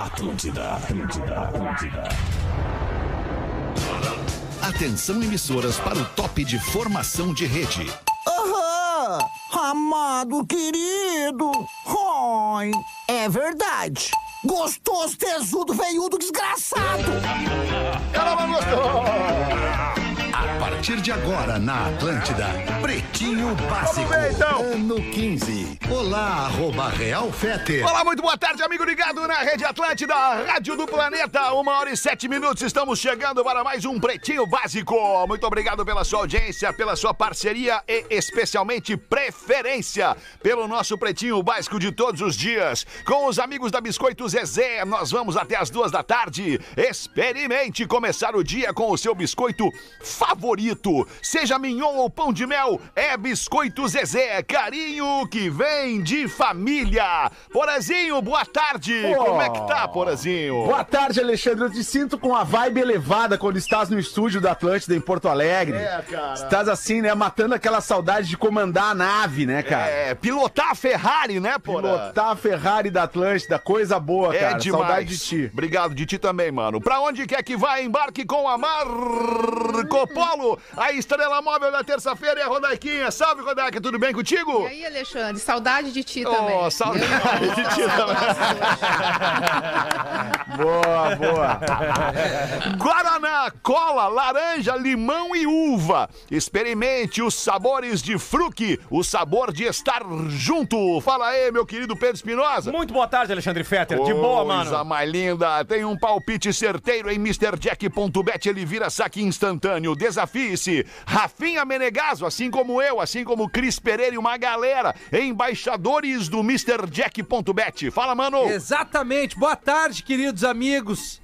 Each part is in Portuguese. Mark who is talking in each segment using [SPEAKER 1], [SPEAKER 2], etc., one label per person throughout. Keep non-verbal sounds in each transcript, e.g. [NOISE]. [SPEAKER 1] Atlântida, Atlântida, Atlântida.
[SPEAKER 2] Atenção emissoras para o top de formação de rede.
[SPEAKER 3] Aham! Amado querido! Oi! É verdade! Gostoso, tesudo, veiudo, desgraçado!
[SPEAKER 4] Caramba, gostou!
[SPEAKER 2] A partir de agora na Atlântida, Pretinho Básico,
[SPEAKER 4] ver, então.
[SPEAKER 2] ano 15. Olá, arroba Real Fete.
[SPEAKER 4] Olá, muito boa tarde, amigo ligado na Rede Atlântida, a Rádio do Planeta. Uma hora e sete minutos, estamos chegando para mais um Pretinho Básico. Muito obrigado pela sua audiência, pela sua parceria e especialmente preferência pelo nosso Pretinho Básico de todos os dias. Com os amigos da Biscoito Zezé, nós vamos até as duas da tarde. Experimente começar o dia com o seu biscoito favorito. Seja mignon ou pão de mel, é Biscoito Zezé. Carinho que vem de família. Porazinho, boa tarde! Como é que tá, Porazinho?
[SPEAKER 5] Boa tarde, Alexandre. Eu te sinto com a vibe elevada quando estás no estúdio da Atlântida em Porto Alegre.
[SPEAKER 4] É, cara.
[SPEAKER 5] Estás assim, né? Matando aquela saudade de comandar a nave, né, cara?
[SPEAKER 4] É, pilotar a Ferrari, né, Pora?
[SPEAKER 5] Pilotar a Ferrari da Atlântida, coisa boa,
[SPEAKER 4] É
[SPEAKER 5] cara.
[SPEAKER 4] demais.
[SPEAKER 5] Saudade de ti.
[SPEAKER 4] Obrigado de ti também, mano. Pra onde quer que vá, embarque com a Marco Polo, a estrela móvel da terça-feira é a Rodaiquinha. Salve, Rodaica, tudo bem contigo?
[SPEAKER 6] E aí, Alexandre, saudade de ti também.
[SPEAKER 4] Oh, saudade de ti [LAUGHS]
[SPEAKER 5] Boa, boa.
[SPEAKER 4] Guaraná, cola, laranja, limão e uva. Experimente os sabores de fruque, o sabor de estar junto. Fala aí, meu querido Pedro Espinosa.
[SPEAKER 7] Muito boa tarde, Alexandre Fetter. De boa, mano.
[SPEAKER 4] Coisa mais linda. Tem um palpite certeiro em MrJack.bet. Ele vira saque instantâneo. Desafie-se. Rafinha Menegaso, assim como eu, assim como Cris Pereira e uma galera, embaixadores do MrJack.bet. Fala, mano.
[SPEAKER 8] Exatamente. Boa tarde, queridos amigos.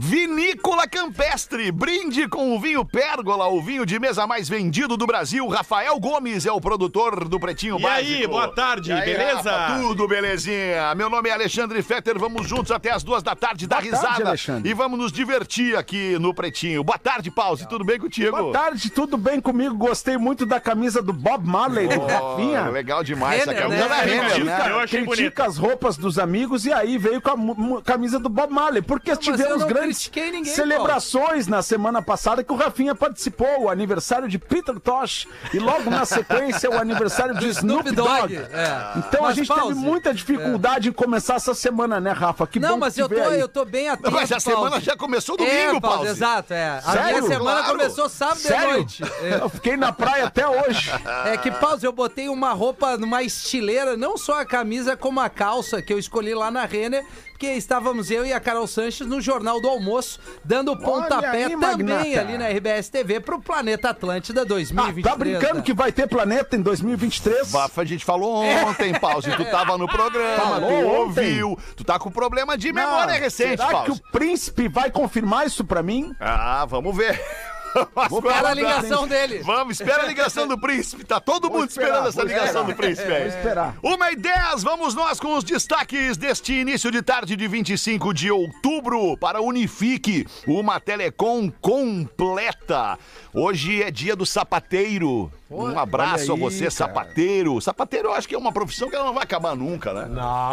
[SPEAKER 4] Vinícola Campestre, brinde com o vinho Pérgola, o vinho de mesa mais vendido do Brasil. Rafael Gomes é o produtor do Pretinho
[SPEAKER 7] E
[SPEAKER 4] Básico.
[SPEAKER 7] aí, boa tarde,
[SPEAKER 4] E aí,
[SPEAKER 7] beleza?
[SPEAKER 4] Rafa, tudo belezinha. Meu nome é Alexandre Fetter, vamos juntos até as duas da tarde, dar
[SPEAKER 5] tarde,
[SPEAKER 4] risada
[SPEAKER 5] Alexandre.
[SPEAKER 4] e vamos nos divertir aqui no Pretinho. Boa tarde, Pause, tudo bem contigo?
[SPEAKER 5] Boa tarde, tudo bem comigo? Gostei muito da camisa do Bob Marley, do
[SPEAKER 4] Oh,
[SPEAKER 5] Rafinha.
[SPEAKER 4] legal demais essa
[SPEAKER 8] Renner,
[SPEAKER 4] camisa
[SPEAKER 8] né?
[SPEAKER 4] da Renner,
[SPEAKER 7] Critica,
[SPEAKER 4] né?
[SPEAKER 7] eu achei
[SPEAKER 5] Critica as roupas dos amigos e aí veio com a mu- mu- camisa do Bob Marley. Porque
[SPEAKER 8] mas eu
[SPEAKER 5] tivemos
[SPEAKER 8] não
[SPEAKER 5] grandes
[SPEAKER 8] critiquei ninguém,
[SPEAKER 5] celebrações na semana passada que o Rafinha participou, o aniversário de Peter Tosh e logo na sequência o aniversário
[SPEAKER 8] [LAUGHS]
[SPEAKER 5] de Snoop Dogg.
[SPEAKER 8] É.
[SPEAKER 5] Então a
[SPEAKER 8] Mas,
[SPEAKER 5] gente
[SPEAKER 8] Pause, É.
[SPEAKER 5] teve muita dificuldade em começar essa semana, né, Rafa? Que
[SPEAKER 8] Não,
[SPEAKER 5] bom
[SPEAKER 8] mas
[SPEAKER 5] te
[SPEAKER 8] eu tô,
[SPEAKER 5] ver aí.
[SPEAKER 8] eu tô bem atento.
[SPEAKER 4] Mas a semana
[SPEAKER 8] Pause.
[SPEAKER 4] já começou
[SPEAKER 8] é,
[SPEAKER 4] domingo,
[SPEAKER 8] Pause,
[SPEAKER 4] Pause.
[SPEAKER 8] exato, é. A
[SPEAKER 5] Sério?
[SPEAKER 8] minha semana
[SPEAKER 4] Claro.
[SPEAKER 8] começou sábado
[SPEAKER 5] Sério?
[SPEAKER 8] à noite. É.
[SPEAKER 5] Eu fiquei na praia até
[SPEAKER 8] [LAUGHS]
[SPEAKER 5] hoje.
[SPEAKER 8] É que, Pause, eu botei uma roupa numa estileira, não só a camisa, como a calça que eu escolhi lá na Renner, porque estávamos eu e a Carol Sanches no Jornal do Almoço, dando pontapé
[SPEAKER 5] aí,
[SPEAKER 8] também
[SPEAKER 5] magnata.
[SPEAKER 8] ali na RBS TV pro Planeta Atlântida
[SPEAKER 5] Ah,
[SPEAKER 8] 2023.
[SPEAKER 5] tá brincando
[SPEAKER 8] né?
[SPEAKER 5] que vai ter planeta em 2023?
[SPEAKER 4] Bafa, a gente falou
[SPEAKER 8] É.
[SPEAKER 4] ontem, Pause. Tu tava no programa,
[SPEAKER 5] Falou
[SPEAKER 4] tu
[SPEAKER 5] ontem.
[SPEAKER 4] ouviu. Tu tá com problema de
[SPEAKER 5] Não,
[SPEAKER 4] memória é recente,
[SPEAKER 5] Será
[SPEAKER 4] Pause.
[SPEAKER 5] que o príncipe vai confirmar isso pra mim?
[SPEAKER 4] Ah, vamos ver. [LAUGHS] Mas
[SPEAKER 5] Vou
[SPEAKER 4] vamos
[SPEAKER 8] Era a
[SPEAKER 4] lá.
[SPEAKER 8] ligação dele.
[SPEAKER 4] Vamos, espera a ligação do príncipe. Tá todo mundo
[SPEAKER 5] esperar,
[SPEAKER 4] esperando essa
[SPEAKER 5] vou
[SPEAKER 4] ligação
[SPEAKER 5] esperar.
[SPEAKER 4] do príncipe é. aí.
[SPEAKER 5] É, Vou esperar.
[SPEAKER 4] Uma e dez, vamos nós com os destaques deste início de tarde de 25 de outubro para Unifique, uma telecom completa. Hoje é dia do sapateiro. Um abraço a
[SPEAKER 5] olha aí,
[SPEAKER 4] você,
[SPEAKER 5] cara.
[SPEAKER 4] sapateiro. Sapateiro eu acho que é uma profissão que ela não vai acabar nunca, né?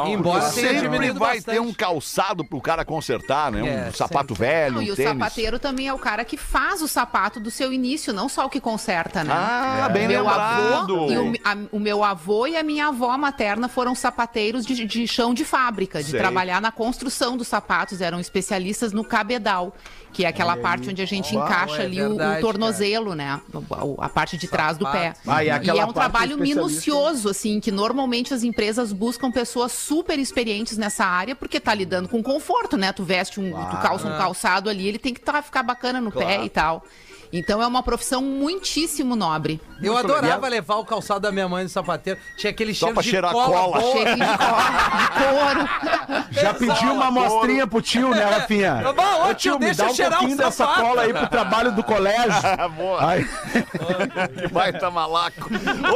[SPEAKER 8] Embora tenha
[SPEAKER 4] Sempre
[SPEAKER 8] diminuído
[SPEAKER 4] vai
[SPEAKER 8] bastante.
[SPEAKER 4] ter um calçado pro cara consertar, né? Um
[SPEAKER 8] É,
[SPEAKER 4] sapato velho,
[SPEAKER 6] Não,
[SPEAKER 4] um
[SPEAKER 6] e o
[SPEAKER 4] tênis. [LAUGHS]
[SPEAKER 6] sapateiro também é o cara que faz o sapato do seu início, não só o que conserta, né?
[SPEAKER 4] Ah, bem
[SPEAKER 6] meu
[SPEAKER 4] lembrado.
[SPEAKER 6] avô e o, mi- a- o meu avô e a minha avó materna foram sapateiros de, de chão de fábrica, de
[SPEAKER 4] Sei.
[SPEAKER 6] trabalhar na construção dos sapatos, eram especialistas no cabedal, que é aquela parte onde a gente encaixa
[SPEAKER 8] é
[SPEAKER 6] ali o-
[SPEAKER 8] verdade,
[SPEAKER 6] o, tornozelo, né? O- A parte de trás do pé.
[SPEAKER 5] Ah, e aquela
[SPEAKER 6] é um
[SPEAKER 5] parte
[SPEAKER 6] trabalho
[SPEAKER 5] especialista-
[SPEAKER 6] minucioso, assim, que normalmente as empresas buscam pessoas super experientes nessa área, porque tá lidando com conforto, né? Tu veste um, tu calça um calçado ali, ele tem que tá- ficar bacana no pé e tal. Então é uma profissão muitíssimo nobre.
[SPEAKER 8] Eu adorava levar o calçado da minha mãe no sapateiro. Tinha aquele
[SPEAKER 4] Só
[SPEAKER 8] cheiro
[SPEAKER 4] pra
[SPEAKER 8] de
[SPEAKER 4] cheirar
[SPEAKER 8] cola.
[SPEAKER 4] cola.
[SPEAKER 8] boa. [LAUGHS]
[SPEAKER 6] Cheio de couro.
[SPEAKER 5] Já pediu uma amostrinha pro tio, né, Rafinha?
[SPEAKER 8] Tá bom, ô,
[SPEAKER 5] Ô,
[SPEAKER 8] tio, deixa
[SPEAKER 5] me dá
[SPEAKER 8] eu cheirar
[SPEAKER 5] um pouquinho
[SPEAKER 8] o
[SPEAKER 5] dessa
[SPEAKER 8] sapato.
[SPEAKER 5] cola aí pro trabalho do colégio.
[SPEAKER 4] Ah, boa.
[SPEAKER 5] Aí,
[SPEAKER 4] Que baita tá malaco.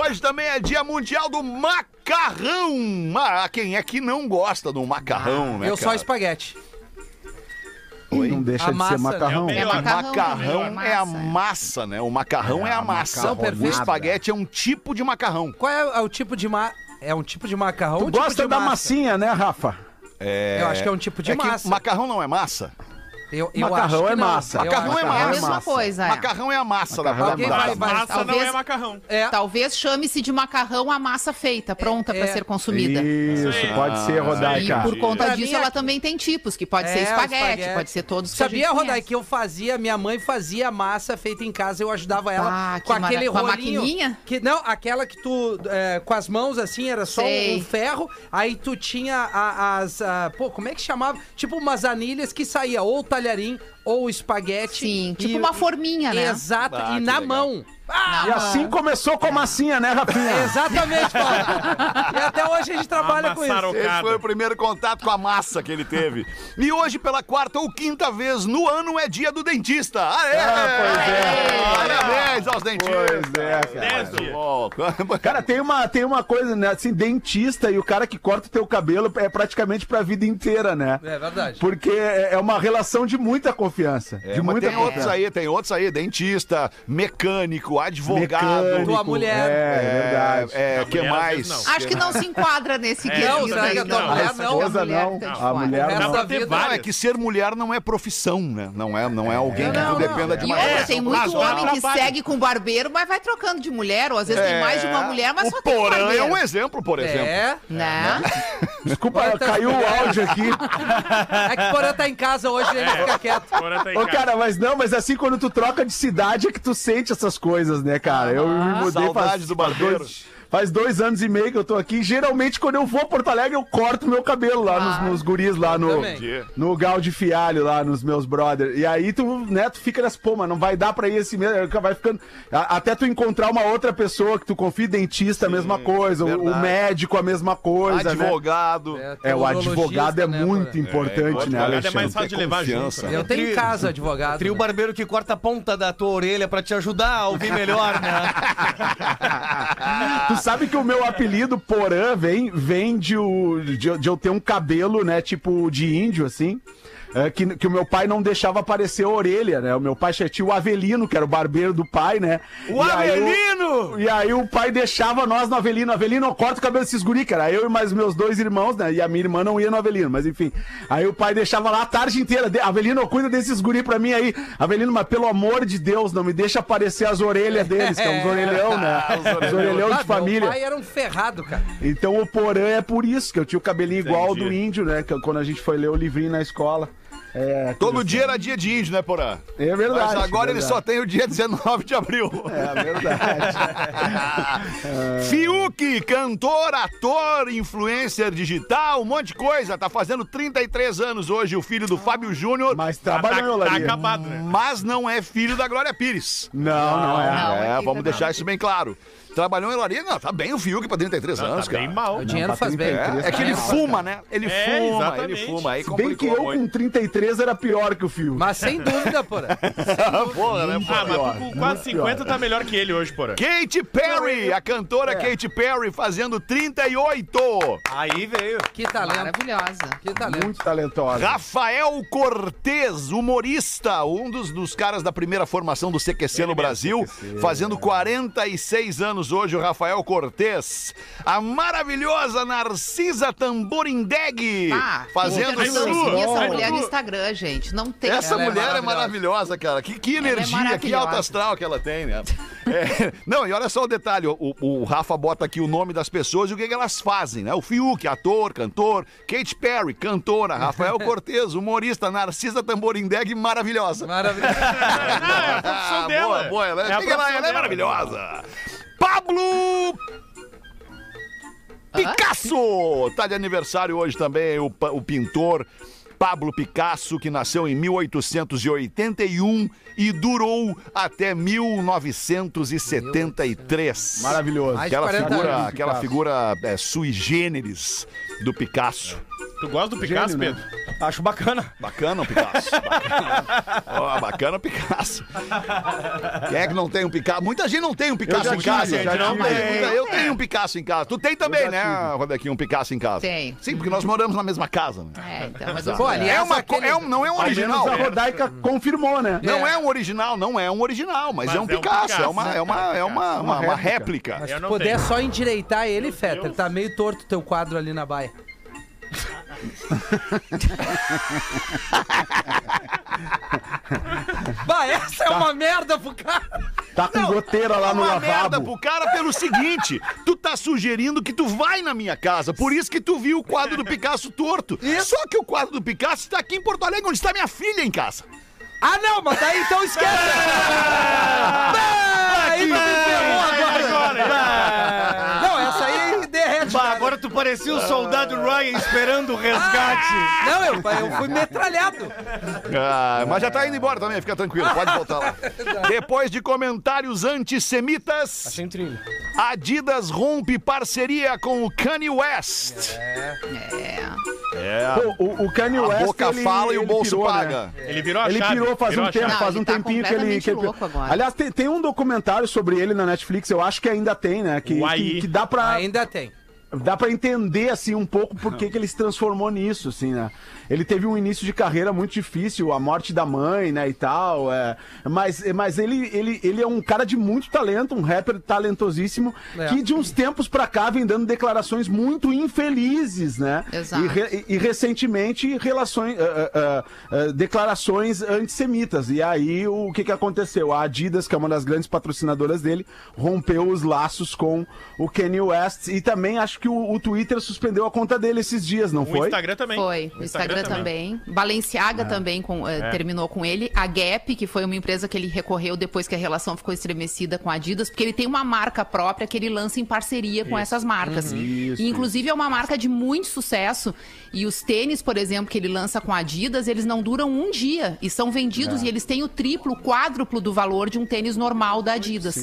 [SPEAKER 4] Hoje também é dia mundial do macarrão. Ah, quem é que não gosta do macarrão, né,
[SPEAKER 8] Eu só
[SPEAKER 4] cara?
[SPEAKER 8] espaguete.
[SPEAKER 5] não deixa
[SPEAKER 8] A
[SPEAKER 5] de
[SPEAKER 8] massa,
[SPEAKER 5] ser macarrão.
[SPEAKER 7] né?
[SPEAKER 6] É
[SPEAKER 4] O
[SPEAKER 6] macarrão,
[SPEAKER 4] macarrão
[SPEAKER 6] também,
[SPEAKER 4] é a massa, né? O macarrão é, a massa.
[SPEAKER 8] macarronada.
[SPEAKER 4] O espaguete é um tipo de macarrão.
[SPEAKER 8] Qual é, é o tipo de ma... É um tipo de macarrão?
[SPEAKER 5] Tu
[SPEAKER 8] ou um tipo
[SPEAKER 5] gosta
[SPEAKER 8] de
[SPEAKER 5] da
[SPEAKER 8] massa?
[SPEAKER 5] massinha, né, Rafa?
[SPEAKER 8] Eu acho que é um tipo de
[SPEAKER 4] que
[SPEAKER 8] massa.
[SPEAKER 4] Macarrão não é massa?
[SPEAKER 8] Eu, eu
[SPEAKER 5] Macarrão
[SPEAKER 8] acho
[SPEAKER 5] é
[SPEAKER 8] que não.
[SPEAKER 5] massa.
[SPEAKER 8] Eu
[SPEAKER 4] Macarrão
[SPEAKER 8] acho
[SPEAKER 4] é
[SPEAKER 8] que
[SPEAKER 6] É a
[SPEAKER 4] massa.
[SPEAKER 6] mesma coisa, é.
[SPEAKER 4] Macarrão é a massa da
[SPEAKER 5] Macarrão
[SPEAKER 4] da-
[SPEAKER 8] é
[SPEAKER 4] da-
[SPEAKER 8] massa.
[SPEAKER 4] da-
[SPEAKER 7] Massa não
[SPEAKER 6] talvez-
[SPEAKER 7] é macarrão.
[SPEAKER 8] É,
[SPEAKER 6] Talvez chame-se de macarrão a massa feita, pronta
[SPEAKER 8] é.
[SPEAKER 6] para ser consumida.
[SPEAKER 5] Isso,
[SPEAKER 7] Sim.
[SPEAKER 5] pode ser,
[SPEAKER 6] E
[SPEAKER 5] Rodaica.
[SPEAKER 6] por conta
[SPEAKER 8] Pra
[SPEAKER 6] disso,
[SPEAKER 8] mim,
[SPEAKER 6] ela
[SPEAKER 8] aqui-
[SPEAKER 6] também tem tipos, que pode ser
[SPEAKER 8] É,
[SPEAKER 6] é espaguete,
[SPEAKER 8] espaguete.
[SPEAKER 6] pode ser todos que
[SPEAKER 8] Sabia,
[SPEAKER 6] a gente
[SPEAKER 8] Rodai,
[SPEAKER 6] conhece.
[SPEAKER 8] que eu fazia, minha mãe fazia massa feita em casa, eu ajudava ela
[SPEAKER 6] Ah, que
[SPEAKER 8] com aquele
[SPEAKER 6] mara- com a
[SPEAKER 8] rolinho.
[SPEAKER 6] maquininha?
[SPEAKER 8] Que, não, aquela que tu, é, com as mãos assim, era só um,
[SPEAKER 6] Sei.
[SPEAKER 8] um ferro, aí tu tinha a- as, a- pô, como é que chamava? Tipo umas anilhas que saía ou talharim ou espaguete.
[SPEAKER 6] Sim, tipo
[SPEAKER 8] E-
[SPEAKER 6] uma forminha, né?
[SPEAKER 8] Exato,
[SPEAKER 4] Ah,
[SPEAKER 8] e
[SPEAKER 4] que
[SPEAKER 8] na
[SPEAKER 4] legal.
[SPEAKER 8] mão.
[SPEAKER 5] E assim começou com a massinha, né, Rafinha?
[SPEAKER 8] Exatamente, Paulo. e até hoje a gente trabalha com isso.
[SPEAKER 7] Amassaram
[SPEAKER 4] Esse
[SPEAKER 7] Cocada.
[SPEAKER 4] foi o primeiro contato com a massa que ele teve. E hoje, pela quarta ou quinta vez no ano, é dia do dentista. Aê!
[SPEAKER 5] pois
[SPEAKER 4] é. Parabéns aos dentistas. É,
[SPEAKER 5] Pois é, cara.
[SPEAKER 7] Dez dias.
[SPEAKER 4] Bom,
[SPEAKER 5] Cara, tem uma, tem uma coisa, né? Assim, dentista e o cara que corta o teu cabelo é praticamente pra vida inteira, né?
[SPEAKER 8] É verdade.
[SPEAKER 5] Porque é é uma relação de muita confiança.
[SPEAKER 4] É,
[SPEAKER 5] de
[SPEAKER 4] mas
[SPEAKER 5] muita
[SPEAKER 4] tem outros aí, tem outros aí, dentista, mecânico, advogado.
[SPEAKER 5] Mecânico,
[SPEAKER 8] Tua mulher.
[SPEAKER 5] É, é verdade.
[SPEAKER 4] É,
[SPEAKER 7] Não,
[SPEAKER 4] que
[SPEAKER 7] mulher, às
[SPEAKER 4] mais?
[SPEAKER 7] vezes, não.
[SPEAKER 6] Acho que não se enquadra nesse
[SPEAKER 7] É,
[SPEAKER 6] quesito
[SPEAKER 7] não, será
[SPEAKER 6] aí,
[SPEAKER 7] que a tua
[SPEAKER 6] não.
[SPEAKER 7] mulher
[SPEAKER 5] A
[SPEAKER 6] Acho que
[SPEAKER 5] esposa
[SPEAKER 6] mulher
[SPEAKER 5] não,
[SPEAKER 6] tá de
[SPEAKER 5] a
[SPEAKER 6] fora.
[SPEAKER 5] mulher
[SPEAKER 8] Essa
[SPEAKER 7] Dá
[SPEAKER 5] não.
[SPEAKER 7] pra
[SPEAKER 8] vida-
[SPEAKER 7] ter
[SPEAKER 4] Não, é
[SPEAKER 7] várias.
[SPEAKER 4] que ser mulher não é profissão, né? Não é, não é alguém que
[SPEAKER 8] Não,
[SPEAKER 4] tu
[SPEAKER 8] não.
[SPEAKER 4] dependa de
[SPEAKER 6] E
[SPEAKER 4] mais.
[SPEAKER 6] outra,
[SPEAKER 7] É,
[SPEAKER 6] tá tem
[SPEAKER 7] mas
[SPEAKER 6] muito
[SPEAKER 7] dá
[SPEAKER 6] homem que
[SPEAKER 7] trabalho.
[SPEAKER 6] segue com barbeiro, mas vai trocando de mulher, ou às vezes tem mais de uma mulher, mas
[SPEAKER 4] o
[SPEAKER 6] só tem um
[SPEAKER 4] Porã é
[SPEAKER 6] barbeiro.
[SPEAKER 4] um exemplo, por exemplo.
[SPEAKER 8] É.
[SPEAKER 6] Né?
[SPEAKER 5] Desculpa,
[SPEAKER 8] tá-
[SPEAKER 5] caiu o áudio aqui.
[SPEAKER 8] [LAUGHS] É que o Porã tá em casa hoje, ele fica quieto.
[SPEAKER 7] Agora tá em
[SPEAKER 5] Ô,
[SPEAKER 7] casa.
[SPEAKER 5] cara, mas não, mas assim, quando tu troca de cidade é que tu sente essas coisas, né, cara? Eu me mudei
[SPEAKER 4] saudade
[SPEAKER 5] faz,
[SPEAKER 4] Ah, do barbeiro.
[SPEAKER 5] Dois, faz dois anos e meio que eu tô aqui. Geralmente, quando eu vou a Porto Alegre, eu corto meu cabelo lá
[SPEAKER 8] Ah,
[SPEAKER 5] nos, nos guris, lá no,
[SPEAKER 4] também.
[SPEAKER 5] no Gal de Fialho, lá nos meus brother. E aí tu, né, tu fica nas pomas, não vai dar pra ir esse mesmo. Vai ficando. a- até tu encontrar uma outra pessoa que tu confia, dentista, a mesma coisa, o- o,
[SPEAKER 4] verdade.
[SPEAKER 5] médico, a mesma coisa. né?
[SPEAKER 4] Advogado.
[SPEAKER 5] É, o advogado é
[SPEAKER 8] né,
[SPEAKER 5] muito
[SPEAKER 8] Porã?
[SPEAKER 5] importante, né,
[SPEAKER 7] Cara, é mais
[SPEAKER 5] Alexandre?
[SPEAKER 7] fácil de levar
[SPEAKER 4] confiança.
[SPEAKER 7] junto. né?
[SPEAKER 8] Eu tenho em casa advogado.
[SPEAKER 9] Trio
[SPEAKER 8] né?
[SPEAKER 9] barbeiro que corta a ponta da tua orelha pra te ajudar a ouvir melhor, né?
[SPEAKER 5] [LAUGHS] Tu sabe que o meu apelido Porã vem, vem de, o- de- de eu ter um cabelo, né, tipo de índio, assim. é, que, que o meu pai não deixava aparecer a orelha, né? O meu pai tinha o Avelino, que era o barbeiro do pai, né?
[SPEAKER 9] O
[SPEAKER 5] E aí
[SPEAKER 9] Avelino!
[SPEAKER 5] e aí o pai deixava nós no Avelino. Avelino, corta o cabelo desses guri, cara. Eu e mais meus dois irmãos, né? E a minha irmã não ia no Avelino, mas enfim. Aí o pai deixava lá a tarde inteira. "De- Avelino, cuida desses guri pra mim aí. Avelino, mas pelo amor de Deus, não me deixa aparecer as orelhas deles, que é uns orelhão, né? Os orelhão
[SPEAKER 8] Ah,
[SPEAKER 5] de família.
[SPEAKER 8] Meu pai era um ferrado, cara.
[SPEAKER 5] Então o Porã é por isso, que eu tinha o cabelinho igual ao do
[SPEAKER 7] Entendi.
[SPEAKER 5] índio, né? Que, quando a gente foi ler o livrinho na escola. É,
[SPEAKER 4] Todo dia era dia de índio, né, Porã?
[SPEAKER 5] É verdade.
[SPEAKER 4] Mas agora ele
[SPEAKER 5] verdade.
[SPEAKER 4] só tem o dia 19 de abril.
[SPEAKER 5] É verdade.
[SPEAKER 4] [LAUGHS] Fiuk, cantor, ator, influencer digital, um monte de coisa. Tá fazendo 33 anos hoje, o filho do Fábio Júnior.
[SPEAKER 5] Mas
[SPEAKER 7] Tá, tá,
[SPEAKER 5] trabalhou,
[SPEAKER 7] tá
[SPEAKER 5] Larinha.
[SPEAKER 7] acabado, né?
[SPEAKER 4] Mas não é filho da Glória Pires.
[SPEAKER 5] Não, não é.
[SPEAKER 6] Não,
[SPEAKER 4] é,
[SPEAKER 6] é filho
[SPEAKER 4] vamos
[SPEAKER 6] da
[SPEAKER 4] deixar isso bem claro. Trabalhou em Laria, não, tá bem o Fiuk pra 33 anos,
[SPEAKER 7] Tá
[SPEAKER 4] cara.
[SPEAKER 7] bem mal.
[SPEAKER 8] O dinheiro faz bem.
[SPEAKER 4] É, é que ele fuma, né? Ele
[SPEAKER 7] É,
[SPEAKER 4] fuma, ele
[SPEAKER 7] exatamente.
[SPEAKER 4] fuma. Aí
[SPEAKER 5] Se bem que
[SPEAKER 4] complicou
[SPEAKER 5] eu
[SPEAKER 4] muito.
[SPEAKER 5] com 33 era pior que o filme.
[SPEAKER 8] Mas sem dúvida, porra.
[SPEAKER 4] [LAUGHS] Porra, né, porra?
[SPEAKER 7] Ah, mas tu com quase 50 tá melhor que ele
[SPEAKER 4] [LAUGHS]
[SPEAKER 7] hoje, porra.
[SPEAKER 4] Katy Perry, a
[SPEAKER 7] É.
[SPEAKER 4] cantora Katy Perry fazendo 38.
[SPEAKER 9] Aí veio.
[SPEAKER 8] Que
[SPEAKER 6] É, né?
[SPEAKER 8] talento,
[SPEAKER 6] Maravilhosa.
[SPEAKER 8] que talento.
[SPEAKER 5] Muito talentosa.
[SPEAKER 4] Rafael Cortez, humorista, um dos, dos caras da primeira formação do CQC no Brasil,
[SPEAKER 7] né?
[SPEAKER 4] fazendo 46 anos hoje, o Rafael Cortez. A maravilhosa Narcisa Tamborindeg,
[SPEAKER 6] Ah,
[SPEAKER 4] fazendo
[SPEAKER 6] eu quero seguir
[SPEAKER 4] sucesso.
[SPEAKER 6] essa
[SPEAKER 7] Ai,
[SPEAKER 6] mulher
[SPEAKER 7] Dudu.
[SPEAKER 6] no Instagram, gente. Não tem
[SPEAKER 4] Essa
[SPEAKER 8] Ela é
[SPEAKER 4] mulher é maravilhosa.
[SPEAKER 8] maravilhosa.
[SPEAKER 4] cara. Que, que
[SPEAKER 6] é
[SPEAKER 4] energia, que
[SPEAKER 6] maravilhosa.
[SPEAKER 4] alta astral que ela tem, né? É, não, e olha só o detalhe: o, o- o Rafa bota aqui o nome das pessoas e o que, que elas fazem, né? O Fiuk, ator, cantor, Kate Perry, cantora, Rafael Cortez, humorista, Narcisa Tamborindeg, maravilhosa.
[SPEAKER 8] Maravilhoso.
[SPEAKER 7] Ah, é a profissão
[SPEAKER 4] Ah,
[SPEAKER 7] dela.
[SPEAKER 4] [LAUGHS] Boa, boa. Ela é,
[SPEAKER 7] a
[SPEAKER 4] ela,
[SPEAKER 7] profissão
[SPEAKER 4] ela é
[SPEAKER 7] dela.
[SPEAKER 4] maravilhosa. Pablo Picasso! Tá de aniversário hoje também o, pa- o pintor Pablo Picasso, que nasceu em 1881 e durou até 1973.
[SPEAKER 5] Maravilhoso.
[SPEAKER 8] Mais de
[SPEAKER 4] Aquela
[SPEAKER 8] 40
[SPEAKER 4] figura,
[SPEAKER 5] anos,
[SPEAKER 4] aquela
[SPEAKER 5] Picasso.
[SPEAKER 4] figura é, sui generis do Picasso.
[SPEAKER 7] Tu gosta do Picasso,
[SPEAKER 5] Gênio,
[SPEAKER 7] Pedro? Acho bacana.
[SPEAKER 4] Bacana o Picasso. Bacana, Ó, bacana o Picasso. Quem é que não tem um Picasso? Muita gente não tem um Picasso
[SPEAKER 5] já
[SPEAKER 4] em casa.
[SPEAKER 5] tive, já
[SPEAKER 4] Não,
[SPEAKER 5] tive.
[SPEAKER 4] mas muita- Eu tenho um Picasso em casa. Tu tem também, né, Rodequinho, um Picasso em casa?
[SPEAKER 6] Tenho.
[SPEAKER 4] Sim, porque nós moramos na mesma casa. Né?
[SPEAKER 6] É, então, mas
[SPEAKER 8] Pô,
[SPEAKER 6] eu...
[SPEAKER 8] aliás,
[SPEAKER 4] É uma, co-
[SPEAKER 8] aquele-
[SPEAKER 4] é um, não é um
[SPEAKER 5] Ao menos
[SPEAKER 4] original.
[SPEAKER 5] a Rodaica confirmou, né?
[SPEAKER 4] Não é um original, não é um original, mas,
[SPEAKER 7] Mas
[SPEAKER 4] é um
[SPEAKER 7] é um
[SPEAKER 4] Picasso. É
[SPEAKER 7] Picasso,
[SPEAKER 4] uma,
[SPEAKER 7] né?
[SPEAKER 4] é uma, é uma, uma, uma
[SPEAKER 5] réplica.
[SPEAKER 4] réplica. É
[SPEAKER 7] Eu
[SPEAKER 8] Se
[SPEAKER 7] não
[SPEAKER 8] puder
[SPEAKER 7] tenho.
[SPEAKER 8] só endireitar ele,
[SPEAKER 7] Deus.
[SPEAKER 5] [LAUGHS]
[SPEAKER 8] Fetter. Tá meio torto teu quadro ali na baia. Bah, essa é uma merda pro cara.
[SPEAKER 5] Tá com goteira lá no
[SPEAKER 4] é uma
[SPEAKER 5] lavabo.
[SPEAKER 4] merda pro cara pelo seguinte: tu tá sugerindo que tu vai na minha casa, por isso que tu viu o quadro do Picasso torto. Só que o quadro do Picasso tá aqui em Porto Alegre, onde está minha filha em casa.
[SPEAKER 8] Ah, não, mas daí então esquece.
[SPEAKER 4] É.
[SPEAKER 8] Bah, aí tu me ferrou agora. Não, essa aí é derrete.
[SPEAKER 9] Bah,
[SPEAKER 8] cara.
[SPEAKER 9] agora tu parecia
[SPEAKER 4] Ah.
[SPEAKER 9] o soldado Ryan esperando o resgate.
[SPEAKER 8] Não, eu, eu fui metralhado.
[SPEAKER 4] Ah, mas já tá indo embora também, fica tranquilo, pode voltar lá. [LAUGHS] Depois de comentários antissemitas,
[SPEAKER 7] Tá Sem trilha.
[SPEAKER 4] Adidas rompe parceria com o Kanye West.
[SPEAKER 5] Pô, o, o Kanye
[SPEAKER 4] A
[SPEAKER 5] West.
[SPEAKER 4] boca
[SPEAKER 5] ele-
[SPEAKER 4] fala e o
[SPEAKER 5] ele
[SPEAKER 4] bolso
[SPEAKER 5] pirou, né?
[SPEAKER 4] paga.
[SPEAKER 7] Ele virou a
[SPEAKER 5] Ele
[SPEAKER 7] chave.
[SPEAKER 5] pirou faz
[SPEAKER 7] virou
[SPEAKER 5] um
[SPEAKER 7] a
[SPEAKER 5] tempo,
[SPEAKER 7] chave.
[SPEAKER 6] Não,
[SPEAKER 5] faz um
[SPEAKER 6] ele tá
[SPEAKER 5] tempinho que ele.
[SPEAKER 6] completamente
[SPEAKER 5] Que ele...
[SPEAKER 6] louco agora.
[SPEAKER 5] Aliás, tem, tem um documentário sobre ele na Netflix, eu acho que ainda tem, né? Que,
[SPEAKER 7] Uai.
[SPEAKER 5] que, que dá pra.
[SPEAKER 8] Ainda tem.
[SPEAKER 5] dá para entender assim um pouco por que, que ele se transformou nisso, assim, né? Ele teve um início de carreira muito difícil, a morte da mãe, né, e tal, é, mas, mas ele, ele, ele é um cara de muito talento, um rapper talentosíssimo,
[SPEAKER 8] É.
[SPEAKER 5] que de uns tempos pra cá vem dando declarações muito infelizes, né?
[SPEAKER 6] Exato.
[SPEAKER 5] E, re- e recentemente relações, ah, ah, ah, ah, declarações antissemitas. E aí o que, que aconteceu? A Adidas, que é uma das grandes patrocinadoras dele, rompeu os laços com o Kanye West. E também acho que o, o Twitter suspendeu a conta dele esses dias, não
[SPEAKER 7] O
[SPEAKER 5] foi?
[SPEAKER 7] Instagram também.
[SPEAKER 6] Foi. O Instagram também. Balenciaga também com- eh, terminou com ele. A Gap, que foi uma empresa que ele recorreu depois que a relação ficou estremecida com a Adidas, porque ele tem uma marca própria que ele lança em parceria com essas marcas.
[SPEAKER 5] Isso,
[SPEAKER 6] e, inclusive, é uma marca de muito sucesso. E os tênis, por exemplo, que ele lança com a Adidas, eles não duram um dia e são
[SPEAKER 5] É.
[SPEAKER 6] vendidos e eles têm o triplo, quádruplo do valor de um tênis normal da Adidas.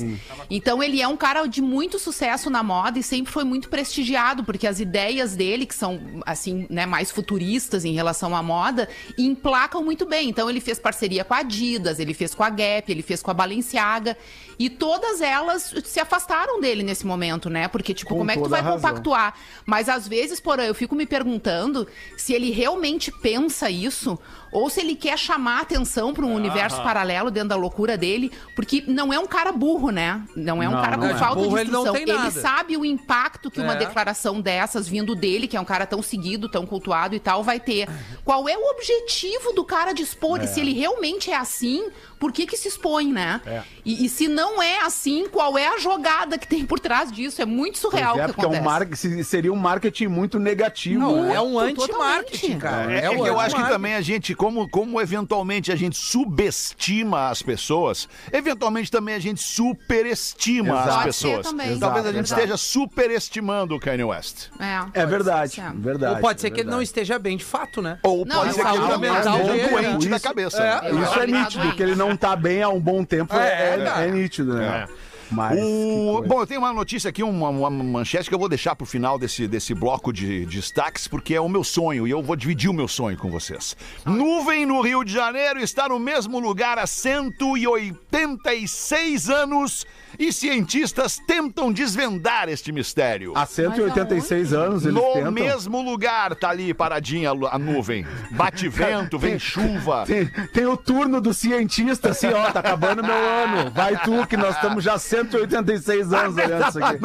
[SPEAKER 6] Então ele é um cara de muito sucesso na moda e sempre foi muito prestigiado, porque as ideias dele, que são assim, né, mais futuristas em relação à moda, emplacam muito bem. Então ele fez parceria com a Adidas, ele fez com a Gap, ele fez com a Balenciaga e todas elas se afastaram dele nesse momento, né? Porque tipo,
[SPEAKER 5] Com
[SPEAKER 6] como é que tu
[SPEAKER 5] toda
[SPEAKER 6] vai
[SPEAKER 5] a razão.
[SPEAKER 6] compactuar atuar. Mas às vezes, porém, eu fico me perguntando se ele realmente pensa isso ou se ele quer chamar atenção para um universo paralelo dentro da loucura dele, porque não é um cara burro, né? Não é um
[SPEAKER 5] Não,
[SPEAKER 6] cara
[SPEAKER 5] não
[SPEAKER 6] com
[SPEAKER 5] é.
[SPEAKER 6] falta
[SPEAKER 8] Burro
[SPEAKER 6] de
[SPEAKER 8] ele não
[SPEAKER 6] instrução.
[SPEAKER 8] tem
[SPEAKER 6] Ele,
[SPEAKER 8] nada.
[SPEAKER 6] sabe o impacto que uma
[SPEAKER 8] É.
[SPEAKER 6] declaração dessas vindo dele, que é um cara tão seguido, tão cultuado e tal, vai ter. Qual é o objetivo do cara de expor? E se ele realmente é assim, por que que se expõe, né? E, e se não é assim, qual é a jogada que tem por trás disso? É muito
[SPEAKER 5] Pois
[SPEAKER 6] surreal
[SPEAKER 5] é,
[SPEAKER 6] o que
[SPEAKER 5] porque é um
[SPEAKER 6] acontece.
[SPEAKER 5] mar... se- seria um marketing muito negativo.
[SPEAKER 8] Não,
[SPEAKER 5] né?
[SPEAKER 8] é um
[SPEAKER 6] Muito,
[SPEAKER 8] anti-marketing,
[SPEAKER 6] totalmente.
[SPEAKER 8] cara.
[SPEAKER 4] É, é
[SPEAKER 8] um
[SPEAKER 4] que eu acho que
[SPEAKER 8] anti-marketing.
[SPEAKER 4] também a gente, como, como eventualmente a gente subestima as pessoas, eventualmente também a gente superestima
[SPEAKER 5] Exato.
[SPEAKER 4] as
[SPEAKER 5] Pode
[SPEAKER 6] ser
[SPEAKER 4] pessoas.
[SPEAKER 6] também.
[SPEAKER 4] Talvez a
[SPEAKER 5] Exato,
[SPEAKER 4] gente
[SPEAKER 5] exato.
[SPEAKER 4] esteja superestimando o Kanye West.
[SPEAKER 6] É,
[SPEAKER 5] É verdade,
[SPEAKER 6] pode ser.
[SPEAKER 5] verdade.
[SPEAKER 8] Ou pode ser que ele
[SPEAKER 5] verdade.
[SPEAKER 8] não esteja bem de fato, né?
[SPEAKER 4] Ou
[SPEAKER 6] Não,
[SPEAKER 4] pode
[SPEAKER 6] é
[SPEAKER 4] ser que ele
[SPEAKER 6] saúde
[SPEAKER 4] também
[SPEAKER 8] mental
[SPEAKER 4] esteja
[SPEAKER 8] dele,
[SPEAKER 4] doente
[SPEAKER 5] né?
[SPEAKER 4] da
[SPEAKER 5] Isso-
[SPEAKER 4] cabeça.
[SPEAKER 8] é,
[SPEAKER 6] Eu
[SPEAKER 5] Isso é
[SPEAKER 6] acho que ele tá
[SPEAKER 5] nítido,
[SPEAKER 6] doente.
[SPEAKER 5] que ele não tá bem há um bom tempo.
[SPEAKER 8] É,
[SPEAKER 5] É,
[SPEAKER 8] cara.
[SPEAKER 5] é nítido, né? Mas. que
[SPEAKER 4] O-
[SPEAKER 5] coisa.
[SPEAKER 4] Um, Bom, eu tenho uma notícia aqui, uma, uma manchete que eu vou deixar pro final desse, desse bloco de, destaques, porque é o meu sonho e eu vou dividir o meu sonho com vocês. Nuvem no Rio de Janeiro está no mesmo lugar há 186 anos e cientistas tentam desvendar este mistério.
[SPEAKER 5] Há 186 anos Ah, eles
[SPEAKER 4] no
[SPEAKER 5] tentam.
[SPEAKER 4] mesmo lugar tá ali paradinha a lu- a nuvem.
[SPEAKER 5] [LAUGHS]
[SPEAKER 4] Bate vento, vem chuva.
[SPEAKER 5] Tem, tem o turno do cientista, assim, ó, tá acabando meu ano. Vai tu, que nós estamos já 186 anos olhando isso aqui.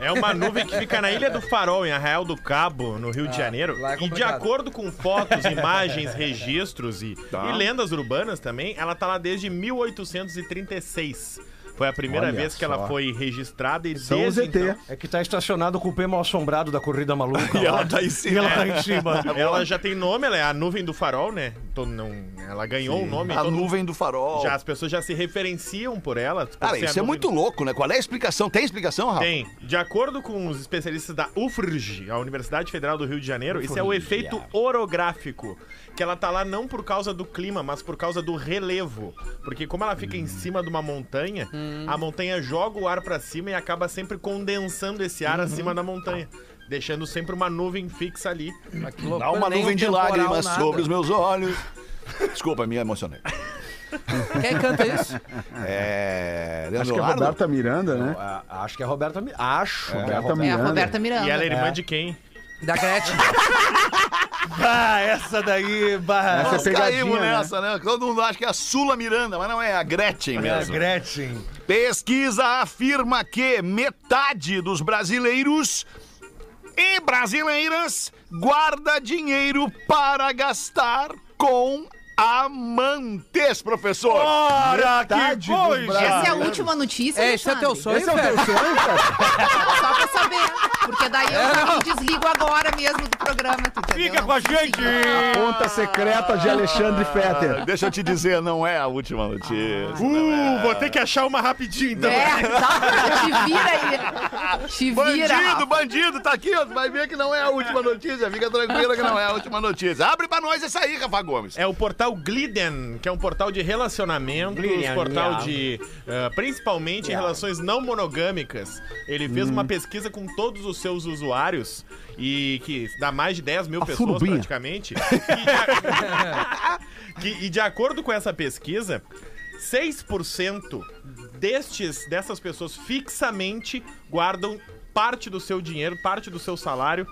[SPEAKER 7] É uma nuvem que fica na Ilha do Farol, em Arraial do Cabo, no Rio de Janeiro.
[SPEAKER 8] lá é
[SPEAKER 7] e de
[SPEAKER 8] complicado.
[SPEAKER 7] acordo com
[SPEAKER 8] [LAUGHS]
[SPEAKER 7] fotos, imagens, registros e, e lendas urbanas também, ela tá lá desde 1836. Foi a primeira
[SPEAKER 5] Olha
[SPEAKER 7] vez que ela
[SPEAKER 5] só.
[SPEAKER 7] foi registrada e
[SPEAKER 5] São os
[SPEAKER 7] desde
[SPEAKER 5] ET.
[SPEAKER 7] então,
[SPEAKER 9] É que tá estacionado com o pé mal assombrado da corrida maluca.
[SPEAKER 4] E ela tá em cima.
[SPEAKER 9] E ela tá em cima.
[SPEAKER 7] [LAUGHS] ela já tem nome, ela é a nuvem do farol, né? Todo- não- ela ganhou o nome.
[SPEAKER 4] A
[SPEAKER 7] todo-
[SPEAKER 4] nuvem do farol.
[SPEAKER 7] já, as pessoas já se referenciam por ela. por
[SPEAKER 4] Cara,
[SPEAKER 7] ser a
[SPEAKER 4] isso é
[SPEAKER 7] nuvem
[SPEAKER 4] muito
[SPEAKER 7] do
[SPEAKER 4] louco, né? Qual é a explicação? Tem explicação, Rafa?
[SPEAKER 7] Tem. De acordo com os especialistas da UFRJ, a Universidade Federal do Rio de Janeiro, esse é o efeito orográfico. Que ela tá lá não por causa do clima, mas por causa do relevo. Porque como ela fica em cima de uma montanha, a montanha joga o ar pra cima e acaba sempre condensando esse ar acima da montanha. Deixando sempre uma nuvem fixa ali.
[SPEAKER 8] Mas que loucura,
[SPEAKER 4] Há uma
[SPEAKER 8] nem um
[SPEAKER 4] nuvem de
[SPEAKER 8] temporal,
[SPEAKER 4] lágrimas
[SPEAKER 8] nada.
[SPEAKER 4] sobre os meus olhos. Desculpa, me emocionei.
[SPEAKER 8] Quem canta isso?
[SPEAKER 4] É.
[SPEAKER 5] Acho que é
[SPEAKER 4] Leonardo?
[SPEAKER 5] Roberta Miranda, né?
[SPEAKER 9] Ah, Acho que é a Roberta. Mi- Acho.
[SPEAKER 5] Roberta
[SPEAKER 6] É a
[SPEAKER 5] Miranda.
[SPEAKER 6] Roberta Miranda.
[SPEAKER 7] E ela é irmã de quem?
[SPEAKER 8] Da
[SPEAKER 4] [LAUGHS]
[SPEAKER 8] Gretchen.
[SPEAKER 9] Ah, essa daí. Bah,
[SPEAKER 5] Essa
[SPEAKER 4] Nós
[SPEAKER 5] é pegadinha,
[SPEAKER 4] caímos
[SPEAKER 5] né?
[SPEAKER 4] Ah, nessa, né? Todo mundo acha que é a Sula Miranda, mas não é a Gretchen
[SPEAKER 9] é a
[SPEAKER 4] mesmo.
[SPEAKER 9] Gretchen.
[SPEAKER 4] Pesquisa afirma que metade dos brasileiros E brasileiras, guarda dinheiro para gastar com amantes, professor.
[SPEAKER 7] Ora,
[SPEAKER 5] Metade
[SPEAKER 7] que
[SPEAKER 5] dos
[SPEAKER 7] coisa!
[SPEAKER 5] braços.
[SPEAKER 6] Essa é a última notícia,
[SPEAKER 8] É, esse é
[SPEAKER 6] Alexandre?
[SPEAKER 8] teu sonho,
[SPEAKER 5] Esse é o teu
[SPEAKER 8] velho?
[SPEAKER 5] sonho, cara?
[SPEAKER 6] Não, só pra saber. Porque daí eu já me desligo agora mesmo do programa. tu entendeu?
[SPEAKER 7] Fica
[SPEAKER 6] Não
[SPEAKER 7] com a
[SPEAKER 6] consigo.
[SPEAKER 7] gente!
[SPEAKER 5] Conta secreta de Alexandre Fetter.
[SPEAKER 4] Ah, Deixa eu te dizer, não é a última notícia. é.
[SPEAKER 7] Uh, vou ter que achar uma rapidinho, então.
[SPEAKER 6] É, tá, te vira aí. Te vira.
[SPEAKER 4] Bandido,
[SPEAKER 6] Rafa.
[SPEAKER 4] bandido, tá aqui, ó. Tu Vai ver que não é a última notícia. Fica tranquila que não é a última notícia. Abre pra nós essa aí, Rafa Gomes.
[SPEAKER 7] É o portal Gliden, que é um portal de relacionamentos, portal de. eh, principalmente em relações não monogâmicas. Ele fez
[SPEAKER 5] Uhum.
[SPEAKER 7] uma pesquisa com todos os seus usuários, e que dá mais de 10 mil
[SPEAKER 5] A
[SPEAKER 7] pessoas
[SPEAKER 5] surubinha.
[SPEAKER 7] praticamente. E de, [LAUGHS] a- que- e de acordo com essa pesquisa, 6% destes, dessas pessoas fixamente guardam parte do seu dinheiro, parte do seu salário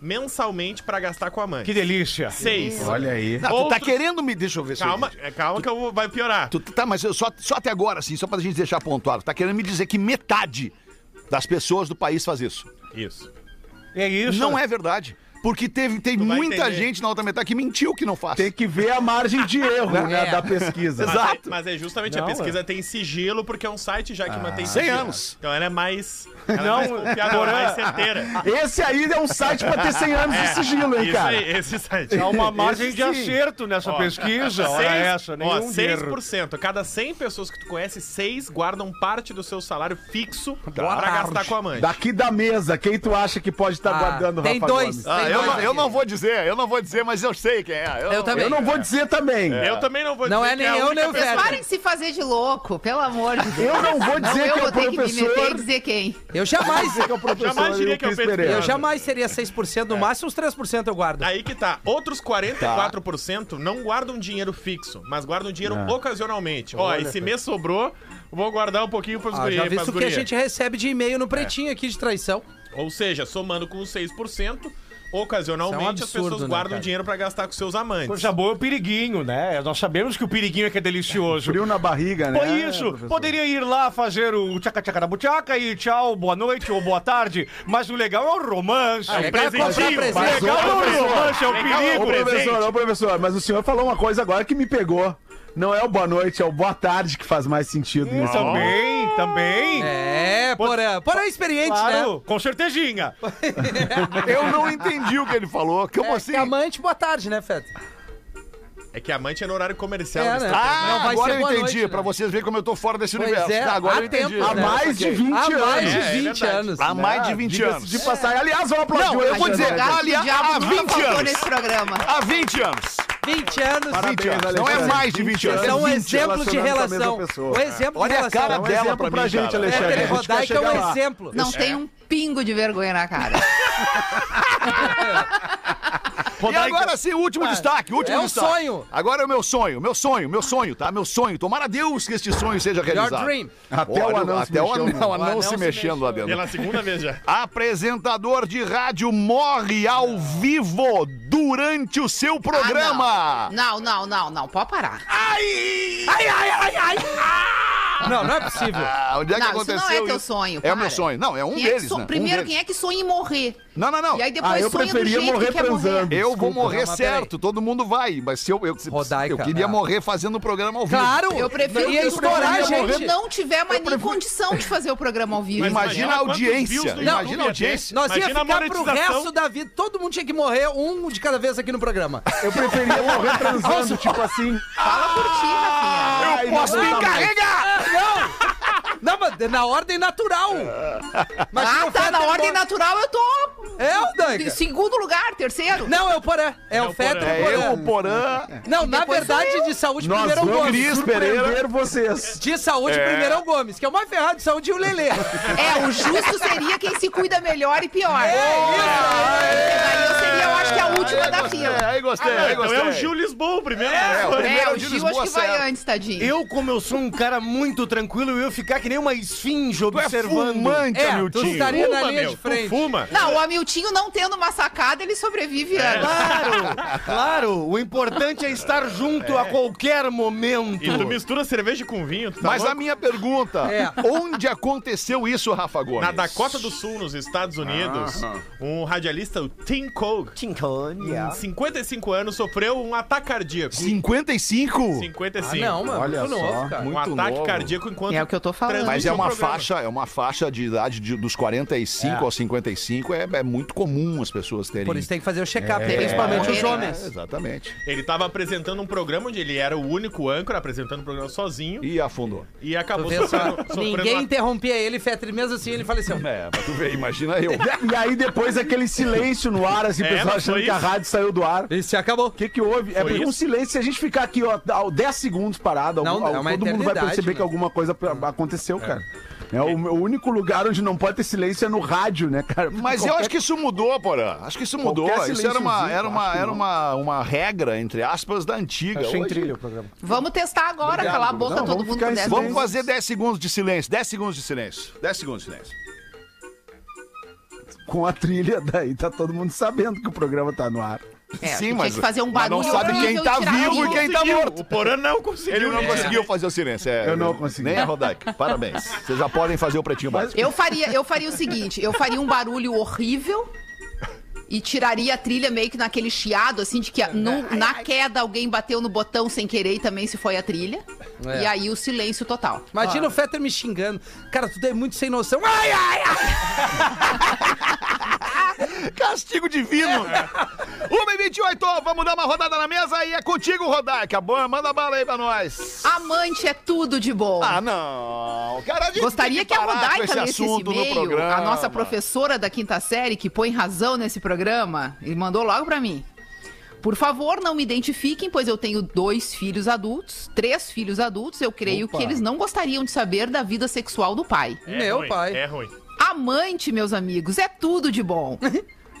[SPEAKER 7] mensalmente pra gastar com a mãe.
[SPEAKER 9] Que delícia.
[SPEAKER 7] 6.
[SPEAKER 5] Olha aí.
[SPEAKER 4] Não, tu tá
[SPEAKER 7] outro-
[SPEAKER 4] querendo me. Deixa eu ver se eu
[SPEAKER 7] Calma,
[SPEAKER 4] entendi.
[SPEAKER 7] é, calma que eu vou, vai piorar.
[SPEAKER 4] Tu, tá, mas eu só, só até agora, assim, só pra gente deixar pontuado. Tu tá querendo me dizer que metade das pessoas do país faz isso.
[SPEAKER 7] Isso.
[SPEAKER 9] É isso.
[SPEAKER 4] Não é verdade. Porque teve, tem
[SPEAKER 7] né? vai
[SPEAKER 4] muita
[SPEAKER 7] entender.
[SPEAKER 4] gente na outra metade que mentiu que não faz.
[SPEAKER 5] Tem que ver a margem de erro né,
[SPEAKER 8] É.
[SPEAKER 5] da pesquisa.
[SPEAKER 7] Mas,
[SPEAKER 4] Exato.
[SPEAKER 7] É, mas é justamente a
[SPEAKER 5] Não,
[SPEAKER 7] pesquisa tem sigilo, porque é um site já que mantém
[SPEAKER 4] 100
[SPEAKER 7] sigilo.
[SPEAKER 4] anos.
[SPEAKER 7] Então ela é mais. Ela é mais confiável, ela é mais certeira.
[SPEAKER 5] Esse aí é um site pra ter 100 anos de sigilo, hein,
[SPEAKER 7] É, Isso
[SPEAKER 5] cara?
[SPEAKER 7] aí, esse site.
[SPEAKER 9] Há É uma margem
[SPEAKER 5] Esse
[SPEAKER 9] de
[SPEAKER 5] sim.
[SPEAKER 9] acerto nessa
[SPEAKER 7] Ó,
[SPEAKER 9] pesquisa. Olha
[SPEAKER 7] Seis-
[SPEAKER 9] essa,
[SPEAKER 7] ó,
[SPEAKER 9] nenhum erro.
[SPEAKER 7] 6%. Cada 100 pessoas que tu conhece, 6 guardam parte do seu salário fixo pra gastar com a mãe.
[SPEAKER 5] Daqui da mesa, quem tu acha que pode estar
[SPEAKER 4] tá
[SPEAKER 8] Ah,
[SPEAKER 5] guardando,
[SPEAKER 8] tem
[SPEAKER 5] Rafa
[SPEAKER 8] dois.
[SPEAKER 5] Gomes?
[SPEAKER 4] Ah, eu,
[SPEAKER 8] Tem dois
[SPEAKER 4] não, eu
[SPEAKER 8] aqui.
[SPEAKER 4] não vou dizer, eu não vou dizer, mas eu sei quem é.
[SPEAKER 8] Eu
[SPEAKER 7] Ah,
[SPEAKER 4] não-
[SPEAKER 8] também.
[SPEAKER 5] Eu não vou dizer também.
[SPEAKER 7] Eu também não vou
[SPEAKER 8] Não
[SPEAKER 7] dizer
[SPEAKER 8] é
[SPEAKER 7] que
[SPEAKER 8] nem
[SPEAKER 7] a
[SPEAKER 8] eu,
[SPEAKER 7] única
[SPEAKER 8] nem o
[SPEAKER 7] pessoa-
[SPEAKER 8] Velho.
[SPEAKER 6] Parem de se fazer de louco, pelo amor de Deus.
[SPEAKER 5] Eu não vou dizer
[SPEAKER 6] eu
[SPEAKER 5] que é o
[SPEAKER 6] vou ter que me
[SPEAKER 5] professor.
[SPEAKER 6] meter e dizer quem.
[SPEAKER 8] Eu jamais.
[SPEAKER 5] que é o professor
[SPEAKER 7] Jamais diria
[SPEAKER 5] e o
[SPEAKER 7] que é o
[SPEAKER 5] Cris
[SPEAKER 7] Pedro
[SPEAKER 5] Pereira.
[SPEAKER 8] Eu jamais seria 6%,
[SPEAKER 4] É.
[SPEAKER 8] no máximo uns 3% eu guardo.
[SPEAKER 7] Aí que tá. Outros 44%
[SPEAKER 8] Tá.
[SPEAKER 7] não guardam dinheiro fixo, mas guardam dinheiro
[SPEAKER 8] É.
[SPEAKER 7] ocasionalmente. Ó, esse mês sobrou, vou guardar um pouquinho pros
[SPEAKER 8] Ah,
[SPEAKER 7] guri,
[SPEAKER 8] já
[SPEAKER 7] pras
[SPEAKER 8] visto o que
[SPEAKER 7] guria.
[SPEAKER 8] a gente recebe de e-mail no pretinho aqui de traição.
[SPEAKER 7] Ou seja, somando com os 6%, ocasionalmente
[SPEAKER 8] Isso é um
[SPEAKER 7] as
[SPEAKER 8] absurdo,
[SPEAKER 7] pessoas
[SPEAKER 8] né,
[SPEAKER 7] guardam
[SPEAKER 8] cara?
[SPEAKER 7] dinheiro pra gastar com seus amantes.
[SPEAKER 9] Coisa boa é o periguinho, né? Nós sabemos que o periguinho é que é delicioso.
[SPEAKER 5] Frio na barriga, né?
[SPEAKER 9] Por isso,
[SPEAKER 5] professor?
[SPEAKER 9] poderia ir lá fazer o tchaca tchaca da butiaca e tchau, boa noite ou boa tarde, mas o legal é o romance.
[SPEAKER 8] Ah,
[SPEAKER 9] o
[SPEAKER 8] legal é comprar
[SPEAKER 9] presentinho.
[SPEAKER 8] presente.
[SPEAKER 9] O legal é o
[SPEAKER 8] um
[SPEAKER 9] romance, é o
[SPEAKER 5] Ô,
[SPEAKER 9] perigo.
[SPEAKER 5] professor, ô, professor, mas o senhor falou uma coisa agora que me pegou. Não é o boa noite, é o boa tarde que faz mais sentido nisso.
[SPEAKER 9] Também, também.
[SPEAKER 8] É, porã. Porã é experiente,
[SPEAKER 9] Claro,
[SPEAKER 8] né?
[SPEAKER 9] com certezinha.
[SPEAKER 4] Eu não entendi o que ele falou. Como assim?
[SPEAKER 8] É amante, boa tarde, né, Feta?
[SPEAKER 7] É que a amante é no horário comercial.
[SPEAKER 8] É,
[SPEAKER 7] eles
[SPEAKER 8] né?
[SPEAKER 7] tão-
[SPEAKER 4] Ah,
[SPEAKER 8] Não, vai
[SPEAKER 4] agora
[SPEAKER 8] ser
[SPEAKER 4] eu
[SPEAKER 8] boa
[SPEAKER 4] entendi.
[SPEAKER 8] noite, né?
[SPEAKER 4] pra vocês verem como eu tô fora desse
[SPEAKER 8] Pois
[SPEAKER 4] universo.
[SPEAKER 8] é,
[SPEAKER 4] Tá, agora
[SPEAKER 8] há
[SPEAKER 4] eu entendi.
[SPEAKER 8] tempo,
[SPEAKER 5] Há
[SPEAKER 8] né?
[SPEAKER 5] mais de 20
[SPEAKER 8] Há mais
[SPEAKER 5] anos.
[SPEAKER 8] de
[SPEAKER 7] É, é
[SPEAKER 8] 20
[SPEAKER 7] verdade.
[SPEAKER 8] anos.
[SPEAKER 4] Há mais de 20
[SPEAKER 5] Diga-se
[SPEAKER 4] anos.
[SPEAKER 5] De passar. Aliás, vamos aplaudir
[SPEAKER 4] Não,
[SPEAKER 5] o
[SPEAKER 4] eu vou
[SPEAKER 5] Alexandre.
[SPEAKER 4] dizer,
[SPEAKER 6] Advogado do
[SPEAKER 4] aliás,
[SPEAKER 6] diabo
[SPEAKER 4] há
[SPEAKER 6] nunca
[SPEAKER 4] 20
[SPEAKER 6] faltou
[SPEAKER 4] anos.
[SPEAKER 6] nesse programa.
[SPEAKER 4] Há 20 anos.
[SPEAKER 8] 20 anos.
[SPEAKER 5] 20 anos,
[SPEAKER 4] Não é
[SPEAKER 5] Alexandre.
[SPEAKER 4] mais de 20 anos.
[SPEAKER 8] São
[SPEAKER 5] é 20
[SPEAKER 8] exemplos
[SPEAKER 5] relacionados com
[SPEAKER 8] de
[SPEAKER 5] a
[SPEAKER 8] relação.
[SPEAKER 5] mesma pessoa.
[SPEAKER 8] Um exemplo
[SPEAKER 4] Olha
[SPEAKER 8] de
[SPEAKER 4] a
[SPEAKER 8] relação.
[SPEAKER 4] cara
[SPEAKER 5] É um
[SPEAKER 4] dela
[SPEAKER 5] exemplo
[SPEAKER 4] pra
[SPEAKER 5] pra,
[SPEAKER 4] mim,
[SPEAKER 5] gente,
[SPEAKER 4] cara.
[SPEAKER 5] Alexandre.
[SPEAKER 8] É,
[SPEAKER 5] A gente quer
[SPEAKER 8] Rodaica é
[SPEAKER 4] então,
[SPEAKER 5] chegar
[SPEAKER 8] um
[SPEAKER 5] lá.
[SPEAKER 8] exemplo.
[SPEAKER 6] Não tem um pingo de vergonha na cara.
[SPEAKER 4] E agora sim, o último destaque, o último
[SPEAKER 8] é um
[SPEAKER 4] destaque.
[SPEAKER 8] sonho.
[SPEAKER 4] Agora é o meu sonho, meu sonho, meu sonho, tá? Meu sonho. Tomara a Deus que este sonho seja realizado.
[SPEAKER 8] dream.
[SPEAKER 5] Até o anão se
[SPEAKER 4] até o
[SPEAKER 5] mexeu,
[SPEAKER 4] anão-
[SPEAKER 5] meu.
[SPEAKER 4] o anão se mexendo lá dentro.
[SPEAKER 7] Pela segunda vez já.
[SPEAKER 4] Apresentador de rádio morre ao vivo durante o seu programa.
[SPEAKER 6] Ah, não. não, não, não, não. Pode parar.
[SPEAKER 8] Ai, ai, ai, ai. Não, não é possível.
[SPEAKER 4] Ah, onde é que
[SPEAKER 6] Não, isso não
[SPEAKER 4] aconteceu
[SPEAKER 6] é teu sonho,
[SPEAKER 4] É
[SPEAKER 6] para.
[SPEAKER 4] o meu sonho. Não, é um
[SPEAKER 6] Quem é que
[SPEAKER 4] deles,
[SPEAKER 6] so-
[SPEAKER 4] né?
[SPEAKER 6] Primeiro,
[SPEAKER 4] um
[SPEAKER 6] quem
[SPEAKER 4] deles.
[SPEAKER 6] é que sonha em morrer?
[SPEAKER 4] Não, não, não.
[SPEAKER 6] E aí depois
[SPEAKER 5] Ah, eu
[SPEAKER 6] sonha do
[SPEAKER 5] preferia
[SPEAKER 6] jeito
[SPEAKER 5] morrer
[SPEAKER 6] que quer morrer.
[SPEAKER 5] transando.
[SPEAKER 4] Eu vou
[SPEAKER 5] Desculpa.
[SPEAKER 4] morrer
[SPEAKER 8] Não, mas peraí.
[SPEAKER 4] certo, todo mundo vai. Mas se eu, eu, se-
[SPEAKER 8] Rodaica,
[SPEAKER 4] eu queria
[SPEAKER 6] é.
[SPEAKER 8] ah.
[SPEAKER 4] morrer fazendo o programa ao vivo.
[SPEAKER 8] Claro.
[SPEAKER 6] Eu prefiro
[SPEAKER 8] Ia
[SPEAKER 6] que o
[SPEAKER 8] estourar,
[SPEAKER 6] programa
[SPEAKER 8] gente.
[SPEAKER 6] não tiver mais nem condição de fazer o programa ao vivo.
[SPEAKER 4] Imagina a
[SPEAKER 7] Mas, quantos views
[SPEAKER 4] audiência.
[SPEAKER 7] do
[SPEAKER 4] Imagina
[SPEAKER 7] YouTube
[SPEAKER 4] a
[SPEAKER 7] ia
[SPEAKER 4] audiência.
[SPEAKER 8] Nós
[SPEAKER 7] Imagina
[SPEAKER 8] ia
[SPEAKER 7] a
[SPEAKER 8] ficar pro
[SPEAKER 7] monetização.
[SPEAKER 8] resto da vida. Todo mundo tinha que morrer, um de cada vez aqui no programa.
[SPEAKER 5] Eu preferia morrer transando, tipo assim.
[SPEAKER 6] Fala por ti, Rafinha.
[SPEAKER 5] Ai,
[SPEAKER 4] Eu Ah, posso
[SPEAKER 5] não
[SPEAKER 4] me
[SPEAKER 5] dá mais.
[SPEAKER 4] encarregar!
[SPEAKER 8] Não! Não, mas na ordem natural. Mas
[SPEAKER 6] Ah,
[SPEAKER 8] o
[SPEAKER 6] tá.
[SPEAKER 8] Fetter
[SPEAKER 4] é um
[SPEAKER 6] Na ordem
[SPEAKER 8] morre-
[SPEAKER 6] natural eu tô.
[SPEAKER 8] É, o
[SPEAKER 6] em
[SPEAKER 8] Daica.
[SPEAKER 6] segundo lugar, terceiro.
[SPEAKER 8] Não, é o Porã. É,
[SPEAKER 7] o
[SPEAKER 8] o Fetter
[SPEAKER 7] Porã.
[SPEAKER 8] e
[SPEAKER 4] É eu,
[SPEAKER 8] o
[SPEAKER 4] o
[SPEAKER 8] Porã.
[SPEAKER 4] Porã.
[SPEAKER 8] Não, na
[SPEAKER 6] depois sou
[SPEAKER 8] verdade, de saúde,
[SPEAKER 5] Nós
[SPEAKER 8] primeiro é o
[SPEAKER 5] vamos
[SPEAKER 8] Gomes.
[SPEAKER 4] Cris Pereira.
[SPEAKER 5] surpreender vocês.
[SPEAKER 8] De saúde, primeiro é o Gomes, que é o mais ferrado de saúde, e o Lelê.
[SPEAKER 6] É, o justo seria quem se cuida melhor e pior.
[SPEAKER 8] É isso.
[SPEAKER 6] Daí eu seria, eu acho que a é última da fila.
[SPEAKER 4] É, Aí gostei,
[SPEAKER 7] Ah,
[SPEAKER 4] aí
[SPEAKER 7] então
[SPEAKER 4] gostei.
[SPEAKER 7] é o Gil Lisboa, o primeiro.
[SPEAKER 4] É, o
[SPEAKER 6] É,
[SPEAKER 4] primeiro
[SPEAKER 6] o
[SPEAKER 4] de
[SPEAKER 6] Gil acho
[SPEAKER 4] Lisboa
[SPEAKER 6] que vai
[SPEAKER 4] certo.
[SPEAKER 6] antes, tadinho.
[SPEAKER 9] Eu, como eu sou um cara muito tranquilo, eu ia ficar que nem uma esfinge observando.
[SPEAKER 4] fumante,
[SPEAKER 8] É,
[SPEAKER 4] Hamilton.
[SPEAKER 8] tu estaria na
[SPEAKER 7] Fuma,
[SPEAKER 8] linha
[SPEAKER 7] meu,
[SPEAKER 8] de
[SPEAKER 7] tu
[SPEAKER 8] frente.
[SPEAKER 7] fuma.
[SPEAKER 6] Não, o Hamiltinho não tendo uma sacada, ele sobrevive
[SPEAKER 4] É.
[SPEAKER 6] anos.
[SPEAKER 4] Ah,
[SPEAKER 9] Claro, claro. O importante é estar junto a qualquer momento.
[SPEAKER 7] E tu mistura cerveja com vinho, tu tá
[SPEAKER 4] Mas a
[SPEAKER 7] louco?
[SPEAKER 4] minha pergunta,
[SPEAKER 8] É.
[SPEAKER 4] onde aconteceu isso, Rafa Gomes?
[SPEAKER 7] Na Dakota do Sul, nos Estados Unidos, um radialista, o Tim Cogue, com 55 anos, sofreu um ataque cardíaco.
[SPEAKER 4] 55?
[SPEAKER 7] 55.
[SPEAKER 8] Ah, Não, mano,
[SPEAKER 5] Olha
[SPEAKER 8] tu não
[SPEAKER 5] só.
[SPEAKER 8] ouve, cara.
[SPEAKER 7] Um
[SPEAKER 4] Ah, muito
[SPEAKER 7] ataque
[SPEAKER 4] novo.
[SPEAKER 7] cardíaco enquanto.
[SPEAKER 6] É o que eu tô falando.
[SPEAKER 4] Mas
[SPEAKER 7] transmite
[SPEAKER 4] é
[SPEAKER 7] o
[SPEAKER 4] uma
[SPEAKER 7] programa.
[SPEAKER 4] faixa, é uma faixa de idade de- dos 45 aos 55, é, é muito comum as pessoas terem.
[SPEAKER 8] Por isso tem que fazer o check-up,
[SPEAKER 4] É,
[SPEAKER 8] principalmente os
[SPEAKER 6] morrerem,
[SPEAKER 8] homens.
[SPEAKER 4] é, exatamente.
[SPEAKER 7] Ele tava apresentando um programa onde ele era o único âncora apresentando o programa sozinho
[SPEAKER 4] E afundou.
[SPEAKER 7] e
[SPEAKER 8] Tu
[SPEAKER 7] acabou
[SPEAKER 8] vê só,
[SPEAKER 7] [LAUGHS] sofrendo, sofrendo
[SPEAKER 8] ninguém
[SPEAKER 7] um ataque.
[SPEAKER 8] interrompia ele, Fetri, mesmo assim ele faleceu.
[SPEAKER 4] É, pra tu ver, imagina eu.
[SPEAKER 5] E aí depois aquele silêncio no ar, assim, o
[SPEAKER 7] É,
[SPEAKER 5] pessoal
[SPEAKER 7] não
[SPEAKER 5] achando
[SPEAKER 7] foi
[SPEAKER 5] que a
[SPEAKER 7] isso?
[SPEAKER 5] rádio saiu do ar. O
[SPEAKER 8] Isso se acabou.
[SPEAKER 5] que que houve? é porque
[SPEAKER 7] isso?
[SPEAKER 5] um silêncio, se a gente ficar aqui, ó, ao 10 segundos parado,
[SPEAKER 8] Não,
[SPEAKER 5] algum-
[SPEAKER 8] é uma
[SPEAKER 5] todo mundo vai
[SPEAKER 8] eternidade,
[SPEAKER 5] perceber
[SPEAKER 8] né?
[SPEAKER 5] que alguma coisa pra- aconteceu, cara. É o, o único lugar onde não pode ter silêncio é no rádio, né, cara?
[SPEAKER 4] Mas eu acho que isso mudou, porra. Acho que isso mudou.
[SPEAKER 5] Qualquer
[SPEAKER 4] Isso era uma,
[SPEAKER 5] silênciozinho,
[SPEAKER 4] era
[SPEAKER 5] acho
[SPEAKER 4] uma,
[SPEAKER 5] que
[SPEAKER 4] era
[SPEAKER 5] não.
[SPEAKER 4] uma, uma regra, entre aspas, da antiga.
[SPEAKER 5] Achei
[SPEAKER 4] Hoje-
[SPEAKER 5] incrível o programa.
[SPEAKER 6] Vamos testar agora,
[SPEAKER 5] Obrigado,
[SPEAKER 6] calar a boca
[SPEAKER 5] não,
[SPEAKER 6] todo
[SPEAKER 5] vamos
[SPEAKER 6] mundo
[SPEAKER 5] ficar
[SPEAKER 6] por
[SPEAKER 5] em
[SPEAKER 6] 10
[SPEAKER 4] Vamos
[SPEAKER 5] Silêncio.
[SPEAKER 4] fazer 10 segundos de silêncio. 10 segundos de silêncio. 10 segundos de silêncio.
[SPEAKER 5] Com a trilha daí, tá todo mundo sabendo que o programa tá no ar.
[SPEAKER 6] É,
[SPEAKER 4] Sim,
[SPEAKER 6] tinha
[SPEAKER 4] mas-
[SPEAKER 6] que fazer um
[SPEAKER 4] mas não
[SPEAKER 6] barulho
[SPEAKER 4] sabe quem
[SPEAKER 6] horrível e
[SPEAKER 4] tá
[SPEAKER 6] tirar
[SPEAKER 4] vivo
[SPEAKER 6] tudo.
[SPEAKER 4] e quem tá morto.
[SPEAKER 7] O Porã não conseguiu.
[SPEAKER 4] Ele não
[SPEAKER 7] né?
[SPEAKER 4] conseguiu fazer o silêncio. é.
[SPEAKER 5] Eu não consegui.
[SPEAKER 4] Nem a Rodaica. Parabéns. Vocês já podem fazer o pretinho básico.
[SPEAKER 6] Eu faria, eu faria o seguinte, eu faria um barulho horrível e tiraria a trilha meio que naquele chiado, assim, de que no- na queda alguém bateu no botão sem querer e também se foi a trilha.
[SPEAKER 8] É.
[SPEAKER 6] E aí o silêncio total.
[SPEAKER 8] Imagina o Fetter me xingando. Cara, tu é muito sem noção. Ai, ai, ai!
[SPEAKER 4] Castigo divino.
[SPEAKER 6] É.
[SPEAKER 4] 1 e 28, vamos dar uma rodada na mesa e é contigo, Rodaica. Boa, manda bala aí pra nós.
[SPEAKER 6] Amante é tudo de bom.
[SPEAKER 4] Ah, não. Cara, a gente
[SPEAKER 6] Gostaria
[SPEAKER 4] tem
[SPEAKER 6] que a
[SPEAKER 4] parar com
[SPEAKER 6] Rodaica
[SPEAKER 4] esse
[SPEAKER 6] lesse esse
[SPEAKER 4] assunto no
[SPEAKER 6] e-mail,
[SPEAKER 4] programa.
[SPEAKER 6] a nossa professora da quinta série, que põe razão nesse programa, e mandou logo pra mim. Por favor, não me identifiquem, pois eu tenho dois filhos adultos, três filhos adultos. Eu creio que eles não gostariam de saber da vida sexual do pai.
[SPEAKER 7] É
[SPEAKER 8] Meu
[SPEAKER 7] ruim,
[SPEAKER 8] pai.
[SPEAKER 7] É ruim.
[SPEAKER 6] Amante, meus amigos, é tudo de bom.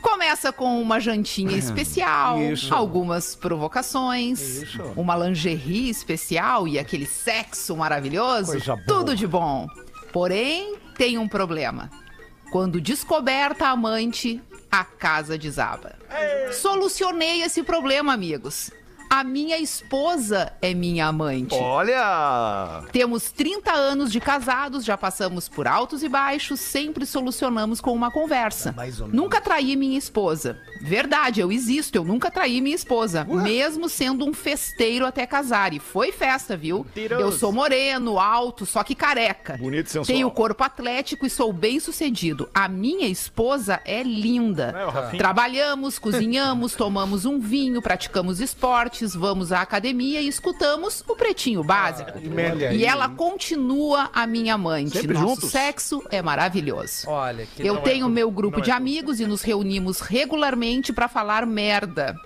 [SPEAKER 6] Começa com uma jantinha especial, algumas provocações, uma lingerie especial e aquele sexo maravilhoso. Tudo de bom. Porém, tem um problema. Quando descoberta a amante, a casa desaba. Solucionei esse problema, amigos. A minha esposa é minha amante.
[SPEAKER 4] Olha.
[SPEAKER 6] Temos 30 anos de casados, já passamos por altos e baixos, sempre solucionamos com uma conversa. Nunca traí minha esposa. Verdade, eu existo, eu nunca traí minha esposa, mesmo sendo um festeiro até casar. E foi festa, viu? Eu sou moreno, alto, só que careca.
[SPEAKER 4] Bonito e sensual.
[SPEAKER 6] Tenho corpo atlético e sou bem sucedido. A minha esposa é linda.
[SPEAKER 7] É, o Rafinha.
[SPEAKER 6] Trabalhamos, cozinhamos, tomamos um vinho, praticamos esportes, vamos à academia e escutamos o Pretinho Básico. E ela continua a minha amante.
[SPEAKER 4] Sempre
[SPEAKER 6] Nosso
[SPEAKER 4] juntos.
[SPEAKER 6] sexo é maravilhoso.
[SPEAKER 8] Olha, que
[SPEAKER 6] Eu
[SPEAKER 7] não é
[SPEAKER 6] tenho
[SPEAKER 7] tudo-
[SPEAKER 6] meu grupo
[SPEAKER 7] não
[SPEAKER 6] de
[SPEAKER 7] é tudo.
[SPEAKER 6] amigos e nos reunimos regularmente para falar merda.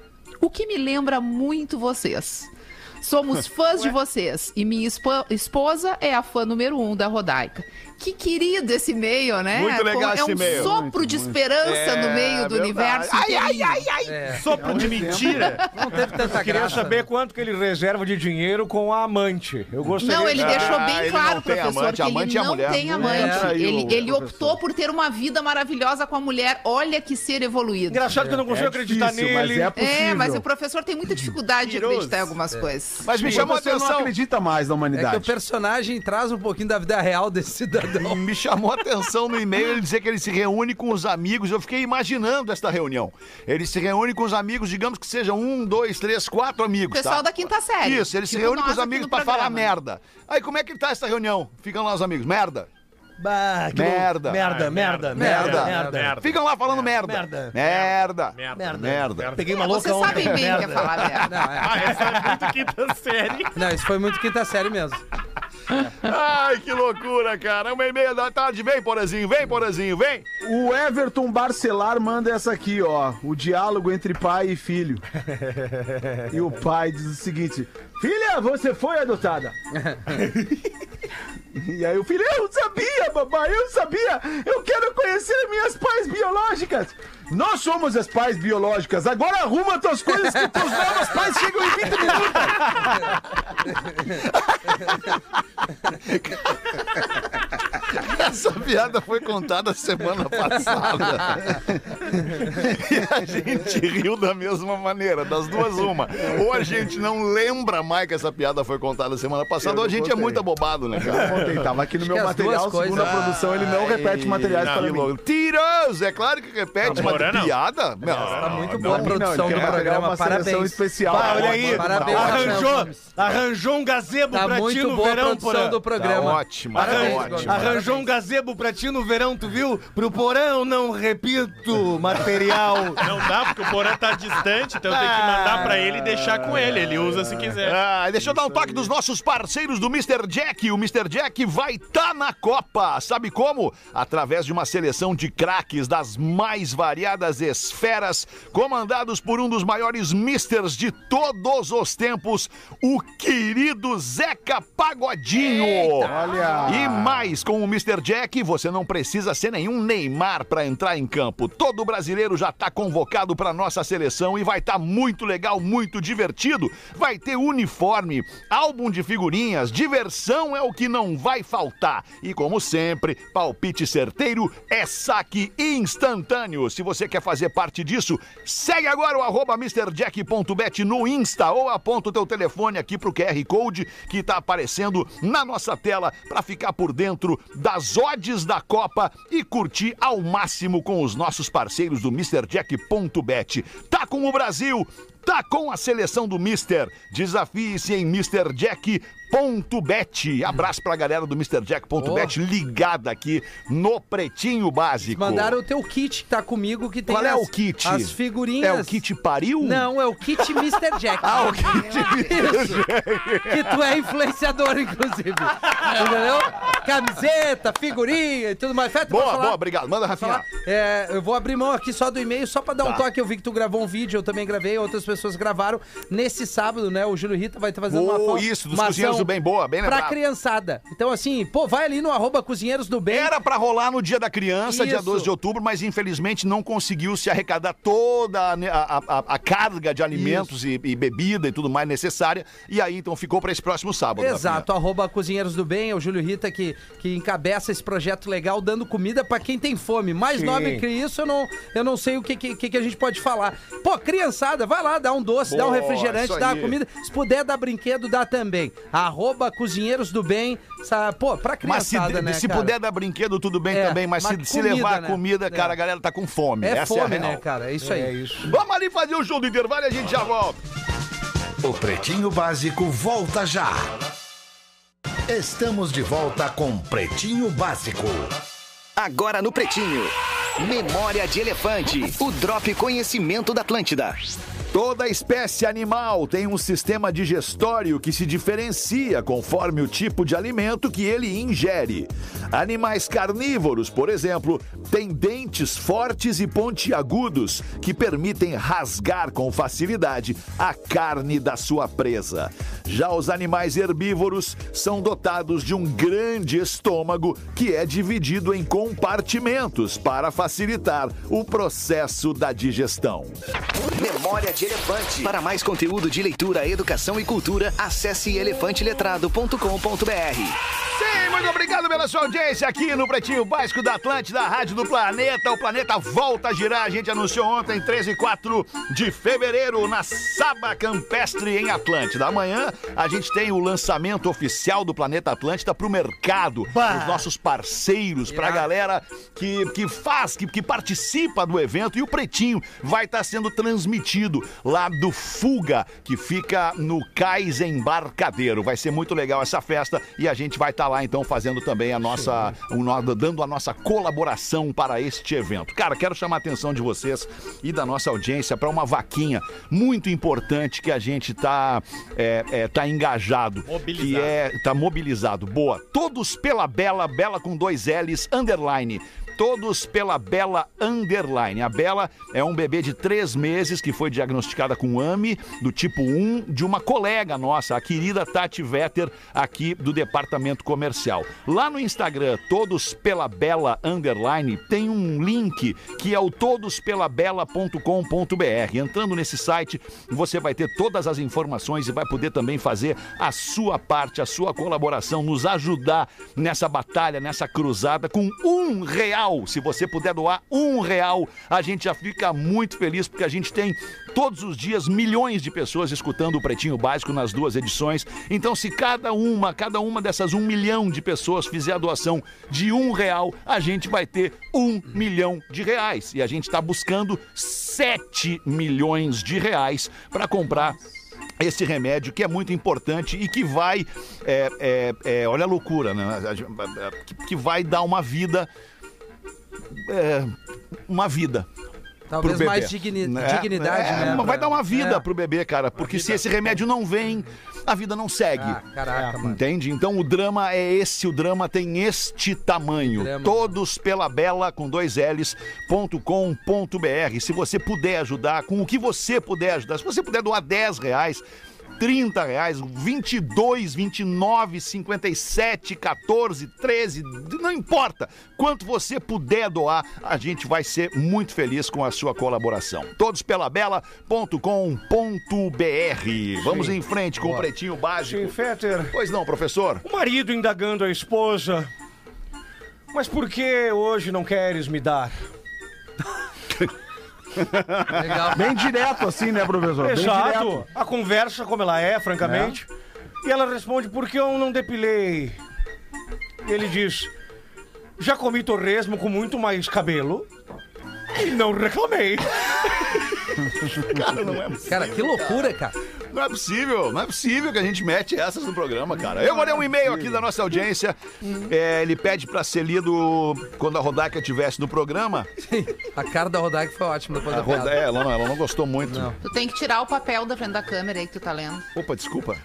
[SPEAKER 6] O que me lembra muito vocês.
[SPEAKER 4] [LAUGHS]
[SPEAKER 6] Somos fãs de vocês e minha espo- esposa é a fã número um da Rodaica. Que querido esse e-mail, né?
[SPEAKER 4] Muito legal
[SPEAKER 6] Como- é
[SPEAKER 4] esse
[SPEAKER 6] um
[SPEAKER 4] e-mail.
[SPEAKER 6] sopro de esperança no meio do
[SPEAKER 4] É verdade.
[SPEAKER 6] universo.
[SPEAKER 4] Ai, ai,
[SPEAKER 6] inteirinho.
[SPEAKER 4] ai, ai.
[SPEAKER 7] Sopro
[SPEAKER 4] É um
[SPEAKER 7] de mentira.
[SPEAKER 8] É, não teve tanta
[SPEAKER 9] Queria
[SPEAKER 8] graça. né?
[SPEAKER 9] saber quanto que ele reserva de dinheiro com a amante. Eu gostaria.
[SPEAKER 6] Não, ele deixou
[SPEAKER 4] Ah,
[SPEAKER 6] bem
[SPEAKER 4] ele
[SPEAKER 6] claro,
[SPEAKER 4] não tem
[SPEAKER 6] professor,
[SPEAKER 4] amante,
[SPEAKER 6] que
[SPEAKER 4] amante é
[SPEAKER 6] ele não
[SPEAKER 4] mulher.
[SPEAKER 6] tem
[SPEAKER 4] É,
[SPEAKER 6] amante.
[SPEAKER 5] aí o
[SPEAKER 6] ele ele optou
[SPEAKER 5] professor.
[SPEAKER 6] por ter uma vida maravilhosa com a mulher. Olha que ser evoluído.
[SPEAKER 9] Engraçado que eu não consigo
[SPEAKER 5] É
[SPEAKER 9] acreditar
[SPEAKER 5] difícil,
[SPEAKER 9] nele.
[SPEAKER 5] Mas é, possível.
[SPEAKER 6] É, mas o professor tem muita dificuldade de
[SPEAKER 7] Piroso.
[SPEAKER 6] acreditar em algumas
[SPEAKER 4] É.
[SPEAKER 6] coisas.
[SPEAKER 4] Mas me
[SPEAKER 5] Porque
[SPEAKER 4] chamou a
[SPEAKER 5] você não
[SPEAKER 4] atenção.
[SPEAKER 5] acredita mais na
[SPEAKER 8] É
[SPEAKER 5] humanidade.
[SPEAKER 8] que o personagem traz um pouquinho da vida real desse cidadão.
[SPEAKER 4] Me chamou a atenção no e-mail ele dizer que ele se reúne com os amigos. Eu fiquei imaginando esta reunião. Ele se reúne com os amigos, digamos que sejam um, dois, três, quatro
[SPEAKER 6] O
[SPEAKER 4] amigos.
[SPEAKER 6] pessoal
[SPEAKER 4] tá?
[SPEAKER 6] da quinta série.
[SPEAKER 4] Isso, ele se
[SPEAKER 6] Tipo
[SPEAKER 4] reúne com
[SPEAKER 6] nós
[SPEAKER 4] os
[SPEAKER 6] aqui
[SPEAKER 4] amigos
[SPEAKER 6] no
[SPEAKER 4] pra
[SPEAKER 6] programa.
[SPEAKER 4] falar merda. Aí como é que tá essa reunião? Ficam lá os amigos, merda.
[SPEAKER 10] Bah, que
[SPEAKER 4] Merda.
[SPEAKER 10] louco. merda,
[SPEAKER 9] É,
[SPEAKER 7] Ah,
[SPEAKER 10] merda, merda,
[SPEAKER 4] merda,
[SPEAKER 10] merda,
[SPEAKER 4] Ficam lá falando merda.
[SPEAKER 10] merda.
[SPEAKER 4] Merda.
[SPEAKER 7] Merda.
[SPEAKER 4] Merda.
[SPEAKER 10] Peguei uma
[SPEAKER 6] É,
[SPEAKER 10] louca
[SPEAKER 6] vocês
[SPEAKER 9] um
[SPEAKER 10] ontem.
[SPEAKER 9] né?
[SPEAKER 6] sabem bem o que é
[SPEAKER 10] merda.
[SPEAKER 6] falar merda.
[SPEAKER 8] Não, é.
[SPEAKER 7] Ah, essa é muito quinta série.
[SPEAKER 8] Não, isso foi muito quinta série mesmo.
[SPEAKER 4] Ai, que loucura, cara. Uma e meia da tarde. Vem, Porazinho, vem, Porazinho, vem.
[SPEAKER 5] O Everton Barcelar manda essa aqui, ó. O diálogo entre pai e filho. e o pai diz o seguinte: Filha, você foi adotada. [LAUGHS] E aí o filho, eu sabia, babá, eu sabia! Eu quero conhecer minhas pais biológicas! Nós somos as pais biológicas, agora arruma tuas coisas que teus novos pais chegam em 20 minutos!
[SPEAKER 4] [LAUGHS] Essa piada foi contada semana passada. [LAUGHS] e a gente riu da mesma maneira, das duas uma. Ou a gente não lembra mais que essa piada foi contada semana passada, ou a gente é muito abobado, né, cara?
[SPEAKER 5] Ontem tava aqui no meu
[SPEAKER 8] que as
[SPEAKER 5] material,
[SPEAKER 8] duas coisas- Ah,
[SPEAKER 5] segundo a produção, ele não repete materiais
[SPEAKER 4] Não,
[SPEAKER 5] para
[SPEAKER 4] que
[SPEAKER 5] mim.
[SPEAKER 4] louco. Tiras! É claro que repete, mas
[SPEAKER 7] Porã, não.
[SPEAKER 4] piada? Não,
[SPEAKER 8] Tá muito
[SPEAKER 4] não,
[SPEAKER 8] boa a produção
[SPEAKER 5] ele
[SPEAKER 8] do
[SPEAKER 5] quer pegar
[SPEAKER 8] programa,
[SPEAKER 5] uma seleção
[SPEAKER 8] parabéns.
[SPEAKER 5] especial.
[SPEAKER 9] Ah, olha aí,
[SPEAKER 8] Parabéns, Rafael
[SPEAKER 9] arranjou,
[SPEAKER 8] Gomes.
[SPEAKER 9] arranjou um gazebo
[SPEAKER 8] Tá
[SPEAKER 9] pra ti
[SPEAKER 8] muito
[SPEAKER 9] no
[SPEAKER 8] boa a
[SPEAKER 9] verão,
[SPEAKER 8] produção
[SPEAKER 9] Porã.
[SPEAKER 8] do
[SPEAKER 4] Tá
[SPEAKER 8] programa.
[SPEAKER 4] ótima, tá
[SPEAKER 8] Parabéns,
[SPEAKER 9] Arran-
[SPEAKER 8] Gomes.
[SPEAKER 4] ótima.
[SPEAKER 9] Arranjou um gazebo pra ti no verão, tu viu? Pro porão, não repito, material.
[SPEAKER 5] [LAUGHS]
[SPEAKER 7] Não dá, porque o Porã tá distante, então eu tenho que mandar pra ele e deixar com ele. Ele usa se quiser.
[SPEAKER 4] Ah, deixa eu dar um toque dos nossos parceiros do Mr. Jack. O Mr. Jack vai estar na Copa. Sabe como? Através de uma seleção de craques das mais variadas esferas, comandados por um dos maiores misters de todos os tempos, o querido Zeca Pagodinho.
[SPEAKER 5] olha.
[SPEAKER 4] E mais, com o Mr. Jack, você não precisa ser nenhum Neymar para entrar em campo. Todo brasileiro já tá convocado para nossa seleção e vai estar muito legal, muito divertido. Vai ter uniforme, álbum de figurinhas, diversão é o que não vai faltar. E como sempre, palpite certeiro é saque instantâneo. Se você quer fazer parte disso, segue agora o arroba mrjack.bet no Insta ou aponta o teu telefone aqui pro QR Code que tá aparecendo na nossa tela para ficar por dentro das odds da Copa e curtir ao máximo com os nossos parceiros do mrjack.bet. Tá com o Brasil, tá com a seleção do Mister. Desafie-se em mrjack.bet. Abraço pra galera do mrjack.bet ligada aqui no Pretinho Básico.
[SPEAKER 8] Mandaram o teu kit que tá comigo que tem
[SPEAKER 4] Qual é
[SPEAKER 8] as-
[SPEAKER 4] o kit?
[SPEAKER 8] As figurinhas.
[SPEAKER 4] É o kit pariu? [LAUGHS]
[SPEAKER 8] Não, é o kit Mr. Jack.
[SPEAKER 4] Ah, o kit
[SPEAKER 8] que tu é influenciador,
[SPEAKER 4] [LAUGHS]
[SPEAKER 8] inclusive. Entendeu? Camiseta, figurinha e tudo mais. Fé, tu
[SPEAKER 4] Boa,
[SPEAKER 8] pode falar?
[SPEAKER 4] boa, obrigado. Manda, Rafinha. Tá.
[SPEAKER 8] falar. É, eu vou abrir mão aqui só do e-mail, só pra dar um toque. Eu vi que tu gravou um vídeo, eu também gravei, outras pessoas gravaram. Nesse sábado, né, o Júlio Rita vai estar fazendo uma
[SPEAKER 4] Oh,
[SPEAKER 8] foto.
[SPEAKER 4] isso, dos Cozinheiros do Bem, boa, bem
[SPEAKER 8] Pra
[SPEAKER 4] lembrado.
[SPEAKER 8] criançada. Então, assim, pô, vai ali no arroba Cozinheiros do Bem.
[SPEAKER 4] Era pra rolar no dia da criança, dia
[SPEAKER 8] Isso.
[SPEAKER 4] 12 de outubro, mas infelizmente não conseguiu se arrecadar toda a, ne- a- a- a carga de alimentos e, e bebida e tudo mais necessária. E aí então ficou pra esse próximo sábado.
[SPEAKER 8] Exato, arroba Cozinheiros do Bem, é o Júlio Rita que, que encabeça esse projeto legal, dando comida pra quem tem fome. Mais nobre que isso, eu não, eu não sei o que, que, que a gente pode falar. Pô, criançada, vai lá, dá um doce, dá um
[SPEAKER 4] Boa,
[SPEAKER 8] refrigerante,
[SPEAKER 4] isso
[SPEAKER 8] dá
[SPEAKER 4] aí.
[SPEAKER 8] uma comida. Se puder dar brinquedo, dá também. Arroba Cozinheiros do Bem, sa- pô, pra
[SPEAKER 4] Mas se,
[SPEAKER 8] criançada,
[SPEAKER 4] de-
[SPEAKER 8] né,
[SPEAKER 4] se
[SPEAKER 8] cara?
[SPEAKER 4] puder dar brinquedo, tudo bem
[SPEAKER 8] É,
[SPEAKER 4] também. Mas, se,
[SPEAKER 8] mas
[SPEAKER 4] se
[SPEAKER 8] comida,
[SPEAKER 4] levar
[SPEAKER 8] né?
[SPEAKER 4] comida, cara,
[SPEAKER 8] É.
[SPEAKER 4] a galera tá com fome.
[SPEAKER 8] É
[SPEAKER 4] Essa
[SPEAKER 8] fome,
[SPEAKER 4] é a real.
[SPEAKER 8] né, cara? É isso aí.
[SPEAKER 4] Vamos ali fazer o show do intervalo e a gente já volta.
[SPEAKER 2] O Pretinho Básico volta já. Estamos de volta com Pretinho Básico.
[SPEAKER 10] Agora no Pretinho. Memória de Elefante. O Drop Conhecimento da Atlântida.
[SPEAKER 4] Toda espécie animal tem um sistema digestório que se diferencia conforme o tipo de alimento que ele ingere. Animais carnívoros, por exemplo, têm dentes fortes e pontiagudos que permitem rasgar com facilidade a carne da sua presa. Já os animais herbívoros são dotados de um grande estômago que é dividido em compartimentos para facilitar o processo da digestão.
[SPEAKER 10] Memória de Elefante. Para mais conteúdo de leitura, educação e cultura, acesse elefanteletrado.com.br.
[SPEAKER 4] Sim, muito obrigado pela sua audiência aqui no Pretinho Básico da Atlântida, da Rádio do Planeta. O planeta volta a girar. A gente anunciou ontem, 13 e 4 de fevereiro, na Saba Campestre, em Atlântida. Amanhã a gente tem o lançamento oficial do Planeta Atlântida pro mercado, pros nossos parceiros, pra galera que, que faz, que, que participa do evento. E o Pretinho vai estar sendo transmitido lá do Fuga, que fica no Cais Embarcadeiro. Vai ser muito legal essa festa e a gente vai estar lá então fazendo também a nossa, o no- dando a nossa colaboração para este evento. Cara, quero chamar a atenção de vocês e da nossa audiência para uma vaquinha muito importante que a gente tá, é, é, tá engajado, que
[SPEAKER 7] Mobilizado.
[SPEAKER 4] é tá mobilizado. Boa. Todos pela Bela, Bela com dois L's, underline. todos pela Bela Underline. A Bela é um bebê de três meses que foi diagnosticada com AMI do tipo 1 de uma colega nossa, a querida Tati Vetter, aqui do departamento comercial. Lá no Instagram, todos pela Bela Underline, tem um link que é o todospelabela.com.br. Entrando nesse site, você vai ter todas as informações e vai poder também fazer a sua parte, a sua colaboração, nos ajudar nessa batalha, nessa cruzada com um real. Se você puder doar um real, a gente já fica muito feliz porque a gente tem todos os dias milhões de pessoas escutando o Pretinho Básico nas duas edições. Então, se cada uma, cada uma dessas um milhão de pessoas fizer a doação de um real, a gente vai ter um milhão de reais. E a gente está buscando sete milhões de reais para comprar esse remédio que é muito importante e que vai, é, é, é, olha a loucura, né? A gente- que- Que vai dar uma vida. é, uma vida.
[SPEAKER 8] Talvez
[SPEAKER 4] pro bebê.
[SPEAKER 8] mais digni-
[SPEAKER 4] Né?
[SPEAKER 8] dignidade,
[SPEAKER 4] É,
[SPEAKER 8] né?
[SPEAKER 4] mas Vai dar
[SPEAKER 8] pra-
[SPEAKER 4] uma vida
[SPEAKER 8] É.
[SPEAKER 4] pro bebê, cara. Porque se esse remédio não vem, a vida não segue.
[SPEAKER 8] Ah, caraca, mano.
[SPEAKER 4] Entende? Então o drama é esse, o drama tem este tamanho.
[SPEAKER 8] Drama. né?
[SPEAKER 4] Todos pela Bela com dois L's, ponto com, ponto BR. Se você puder ajudar, com o que você puder ajudar, se você puder doar 10 reais. 30 reais, 22, 29, 57, 14, 13, não importa. Quanto você puder doar, a gente vai ser muito feliz com a sua colaboração. Todos pela Bela.com.br. Vamos em frente com o Pretinho Básico.
[SPEAKER 9] Sim, Fetter.
[SPEAKER 4] Pois não, professor.
[SPEAKER 9] O marido indagando a esposa. Mas por que hoje não queres me dar?
[SPEAKER 8] Legal.
[SPEAKER 5] Bem direto assim, né, professor? Bem direto. É.
[SPEAKER 9] Exato. A conversa como ela é, francamente. E ela responde, por que eu não depilei? E ele diz, já comi torresmo com muito mais cabelo e não reclamei.
[SPEAKER 5] [LAUGHS]
[SPEAKER 4] Cara, não é possível.
[SPEAKER 8] Cara, que loucura, cara. [LAUGHS]
[SPEAKER 4] Não é possível, não é possível que a gente mete essas no programa, cara. Eu mandei um e-mail aqui da nossa audiência. É, ele pede pra ser lido quando a Rodaica estivesse no programa.
[SPEAKER 8] A cara da Rodaica foi ótima depois
[SPEAKER 4] A
[SPEAKER 8] da
[SPEAKER 4] Roda... é,
[SPEAKER 8] piada.
[SPEAKER 4] ela, não, ela não gostou muito.
[SPEAKER 6] Tu tem que tirar o papel da frente da câmera aí que tu tá lendo.
[SPEAKER 4] Opa, desculpa.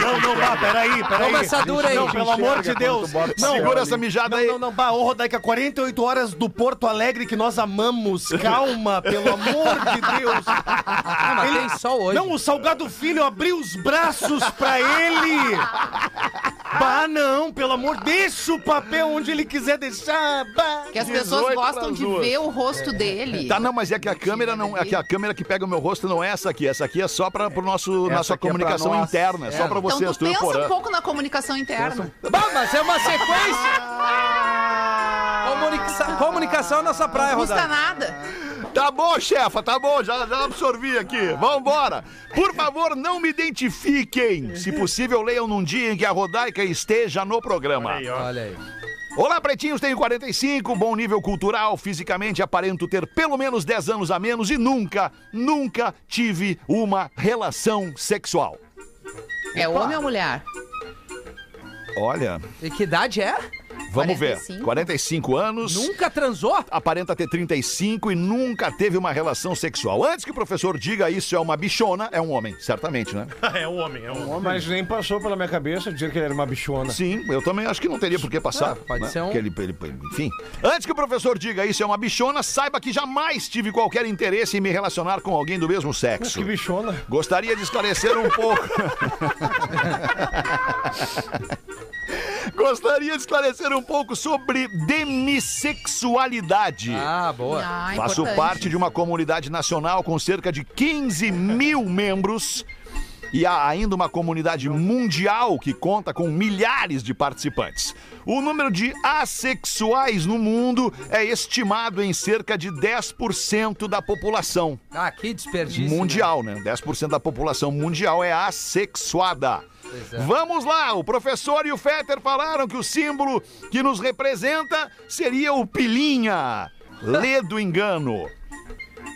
[SPEAKER 9] não, não, vá, peraí, peraí.
[SPEAKER 8] Toma essa dura aí.
[SPEAKER 9] Não, pelo amor de Deus.
[SPEAKER 4] Não, Segura essa mijada aí.
[SPEAKER 9] Não, não, bah, ô Rodaica, 48 horas do Porto Alegre que nós amamos. Calma, pelo amor de Deus. [LAUGHS]
[SPEAKER 5] [LAUGHS]
[SPEAKER 8] Ah, mas tem sol hoje.
[SPEAKER 9] Não, o Salgado Filho abriu os braços pra ele. Bah, não, pelo amor, deixa o papel onde ele quiser deixar. Bah.
[SPEAKER 6] Porque as pessoas
[SPEAKER 4] 18
[SPEAKER 6] gostam
[SPEAKER 4] pras
[SPEAKER 6] de
[SPEAKER 4] duas.
[SPEAKER 6] ver o rosto dele.
[SPEAKER 4] Tá, não, mas é que a câmera não, é que a câmera que pega o meu rosto não é essa aqui. Essa aqui é só para pro nosso nossa
[SPEAKER 5] aqui é pra
[SPEAKER 4] comunicação
[SPEAKER 5] nós.
[SPEAKER 4] interna, é só pra
[SPEAKER 6] Então
[SPEAKER 4] vocês,
[SPEAKER 6] tu
[SPEAKER 4] tu e o
[SPEAKER 6] pensa
[SPEAKER 4] Porã.
[SPEAKER 6] um pouco na comunicação interna.
[SPEAKER 8] Bah, mas é uma sequência. Comunica- Comunicação é nossa praia,
[SPEAKER 4] um-
[SPEAKER 6] Não custa
[SPEAKER 8] Rodaica.
[SPEAKER 6] nada.
[SPEAKER 4] Tá bom, chefa, tá bom, já, já absorvi aqui. Vambora! Por favor, não me identifiquem. Se possível, leiam num dia em que a Rodaica esteja no programa.
[SPEAKER 8] Olha aí.
[SPEAKER 4] Olá, pretinhos, tenho 45, bom nível cultural, fisicamente aparento ter pelo menos 10 anos a menos e nunca, nunca tive uma relação sexual.
[SPEAKER 6] É homem ou mulher?
[SPEAKER 4] Olha,
[SPEAKER 8] E que idade é?
[SPEAKER 4] vamos
[SPEAKER 6] 45?
[SPEAKER 4] ver. 45 anos.
[SPEAKER 8] Nunca transou?
[SPEAKER 4] aparenta ter 35 e nunca teve uma relação sexual. Antes que o professor diga isso é uma bichona, é um homem, certamente, né?
[SPEAKER 7] é um homem, é um homem.
[SPEAKER 9] Mas nem passou pela minha cabeça dizer que ele era uma bichona.
[SPEAKER 4] Sim, eu também acho que não teria por que passar.
[SPEAKER 8] Ah, pode
[SPEAKER 4] né?
[SPEAKER 8] ser um-
[SPEAKER 4] Porque ele- ele- ele- enfim. Antes que o professor diga isso é uma bichona, saiba que jamais tive qualquer interesse em me relacionar com alguém do mesmo sexo.
[SPEAKER 9] Que bichona.
[SPEAKER 4] Gostaria de esclarecer um
[SPEAKER 8] [LAUGHS]
[SPEAKER 4] pouco. Gostaria de esclarecer um pouco sobre demissexualidade.
[SPEAKER 8] Ah, boa.
[SPEAKER 6] Ah,
[SPEAKER 4] Faço
[SPEAKER 6] importante.
[SPEAKER 4] parte de uma comunidade nacional com cerca de 15 mil membros. E há ainda uma comunidade mundial que conta com milhares de participantes. O número de assexuais no mundo é estimado em cerca de 10% da população
[SPEAKER 8] Ah, que desperdício.
[SPEAKER 4] mundial, né? 10% da população mundial é assexuada.
[SPEAKER 8] Pois é.
[SPEAKER 4] Vamos lá, o professor e o Fetter falaram que o símbolo que nos representa seria o pilinha. Lê do engano.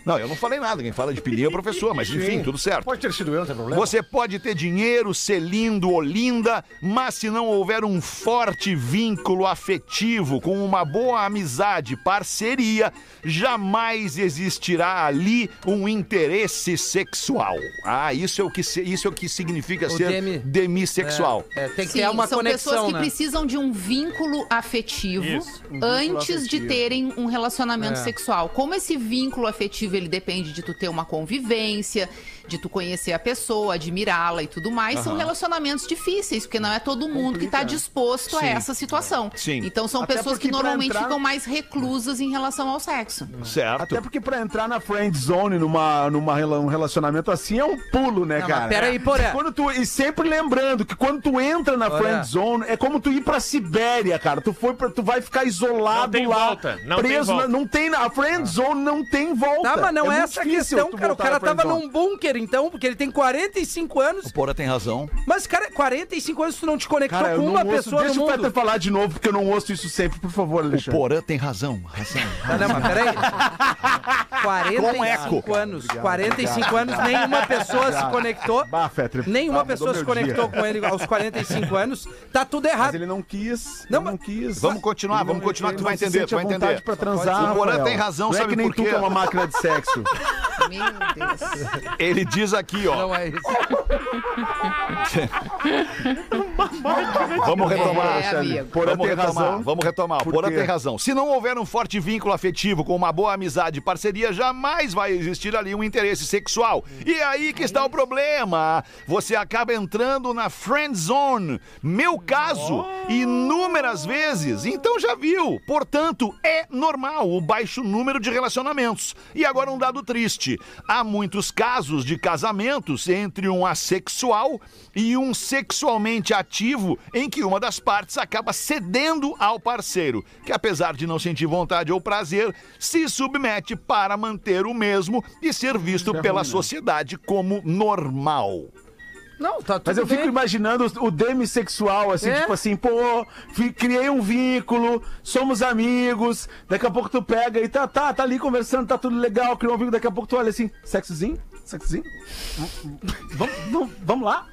[SPEAKER 4] Não, eu não falei nada. Quem fala de pilinha é o professor, mas enfim, tudo certo.
[SPEAKER 9] Pode ter sido eu, não tem problema.
[SPEAKER 4] Você pode ter dinheiro, ser lindo ou linda, mas se não houver um forte vínculo afetivo com uma boa amizade, parceria, jamais existirá ali um interesse sexual. Ah, isso é o que, se- isso é o que significa ser
[SPEAKER 8] demi-
[SPEAKER 4] demissexual.
[SPEAKER 8] É, é, tem que
[SPEAKER 6] Sim,
[SPEAKER 8] ter uma
[SPEAKER 6] são pessoas
[SPEAKER 8] conexão,
[SPEAKER 6] que
[SPEAKER 8] né?
[SPEAKER 6] precisam de um vínculo afetivo
[SPEAKER 7] Isso, um vínculo
[SPEAKER 6] antes de
[SPEAKER 7] afetivo.
[SPEAKER 6] terem um
[SPEAKER 8] É.
[SPEAKER 6] relacionamento sexual. Como esse vínculo afetivo ele depende de tu ter uma convivência, de tu conhecer a pessoa, admirá-la e tudo mais, são relacionamentos difíceis, porque não é todo mundo que está disposto a essa situação.
[SPEAKER 4] Sim.
[SPEAKER 6] Então são
[SPEAKER 5] Até
[SPEAKER 6] pessoas
[SPEAKER 5] porque
[SPEAKER 6] que
[SPEAKER 5] pra
[SPEAKER 6] normalmente
[SPEAKER 5] entrar- Hum.
[SPEAKER 6] ficam mais reclusas em relação ao sexo.
[SPEAKER 4] Certo?
[SPEAKER 5] Até porque pra entrar na friend zone numa, numa rela- um relacionamento assim é um pulo, né,
[SPEAKER 8] Não, mas
[SPEAKER 5] cara?
[SPEAKER 8] peraí, poré.
[SPEAKER 5] E Quando tu E sempre lembrando que quando tu entra na
[SPEAKER 8] Poré.
[SPEAKER 5] friend zone é como tu ir pra Sibéria, cara. Tu foi pra, tu vai ficar isolado
[SPEAKER 7] Não tem
[SPEAKER 5] lá,
[SPEAKER 7] volta, não tem
[SPEAKER 5] preso, na-
[SPEAKER 7] volta. Ah.
[SPEAKER 5] não tem a friend zone não tem volta.
[SPEAKER 8] Tá, mas não é,
[SPEAKER 5] muito
[SPEAKER 8] essa a
[SPEAKER 5] difícil
[SPEAKER 8] questão,
[SPEAKER 5] tu
[SPEAKER 8] cara. O
[SPEAKER 5] voltar na
[SPEAKER 8] cara
[SPEAKER 5] friend
[SPEAKER 8] tava
[SPEAKER 5] zone.
[SPEAKER 8] num bunker, então, porque ele tem 45 anos.
[SPEAKER 4] Porra tem razão.
[SPEAKER 8] Mas, cara, 45 anos tu não te conectou
[SPEAKER 5] Cara, eu
[SPEAKER 8] com
[SPEAKER 5] não
[SPEAKER 8] uma
[SPEAKER 5] ouço-
[SPEAKER 8] pessoa
[SPEAKER 5] Deixa
[SPEAKER 8] no
[SPEAKER 5] o Peter
[SPEAKER 8] mundo.
[SPEAKER 5] falar de novo, porque eu não ouço isso sempre, por favor, Alexandre.
[SPEAKER 4] Porã tem razão, razão.
[SPEAKER 8] Ah, não, mas peraí. 45
[SPEAKER 4] Com eco.
[SPEAKER 8] anos. 45 anos, nenhuma pessoa se conectou.
[SPEAKER 5] Bah, Fetter,
[SPEAKER 8] Nenhuma
[SPEAKER 5] ah, mudou
[SPEAKER 8] pessoa se
[SPEAKER 5] meu dia.
[SPEAKER 8] conectou com ele aos 45 anos. Tá tudo
[SPEAKER 5] Mas
[SPEAKER 8] errado.
[SPEAKER 5] ele não quis, ele
[SPEAKER 8] Não,
[SPEAKER 5] não,
[SPEAKER 8] mas-
[SPEAKER 5] quis.
[SPEAKER 4] Vamos continuar, vamos continuar que tu vai entender, tu vai entender.
[SPEAKER 5] Pra transar,
[SPEAKER 4] O Porã
[SPEAKER 5] Rafael.
[SPEAKER 4] tem razão,
[SPEAKER 5] não é
[SPEAKER 4] sabe
[SPEAKER 5] que nem
[SPEAKER 4] por
[SPEAKER 5] tu
[SPEAKER 4] quê?
[SPEAKER 5] que é uma máquina de
[SPEAKER 4] [LAUGHS]
[SPEAKER 5] sexo.
[SPEAKER 6] Meu Deus.
[SPEAKER 4] Ele diz aqui, ó.
[SPEAKER 8] Não é isso.
[SPEAKER 4] Vamos
[SPEAKER 6] É,
[SPEAKER 4] retomar.
[SPEAKER 6] amigo.
[SPEAKER 5] Porã
[SPEAKER 4] vamos
[SPEAKER 5] tem
[SPEAKER 4] retomar,
[SPEAKER 5] razão.
[SPEAKER 4] vamos retomar. O
[SPEAKER 5] Por
[SPEAKER 4] Porã
[SPEAKER 5] quê?
[SPEAKER 4] tem razão. Se não houver um forte vínculo afetivo com uma boa amizade e parceria, jamais vai existir ali um interesse sexual. E é aí que está o problema. Você acaba entrando na friend zone. Meu caso,
[SPEAKER 5] Oh!
[SPEAKER 4] inúmeras vezes. Então já viu. Portanto, é normal o baixo número de relacionamentos. E agora um dado triste. Há muitos casos de casamentos entre um assexual e um sexualmente ativo em que uma das partes acaba cedendo ao parceiro, que apesar de não sentir vontade ou prazer, se submete para manter o mesmo e ser visto
[SPEAKER 5] é
[SPEAKER 4] pela
[SPEAKER 5] né?
[SPEAKER 4] sociedade como normal.
[SPEAKER 8] Não, tá tudo
[SPEAKER 5] Mas eu
[SPEAKER 8] bem.
[SPEAKER 5] fico imaginando o- o demissexual, assim,
[SPEAKER 8] É?
[SPEAKER 5] tipo assim, pô, fi- criei um vínculo, somos amigos, daqui a pouco tu pega e tá, tá, tá ali conversando, tá tudo legal, criou um vínculo, daqui a pouco tu olha assim, sexozinho? Sexozinho? Hum, hum, Vamos, vamos, vamos lá?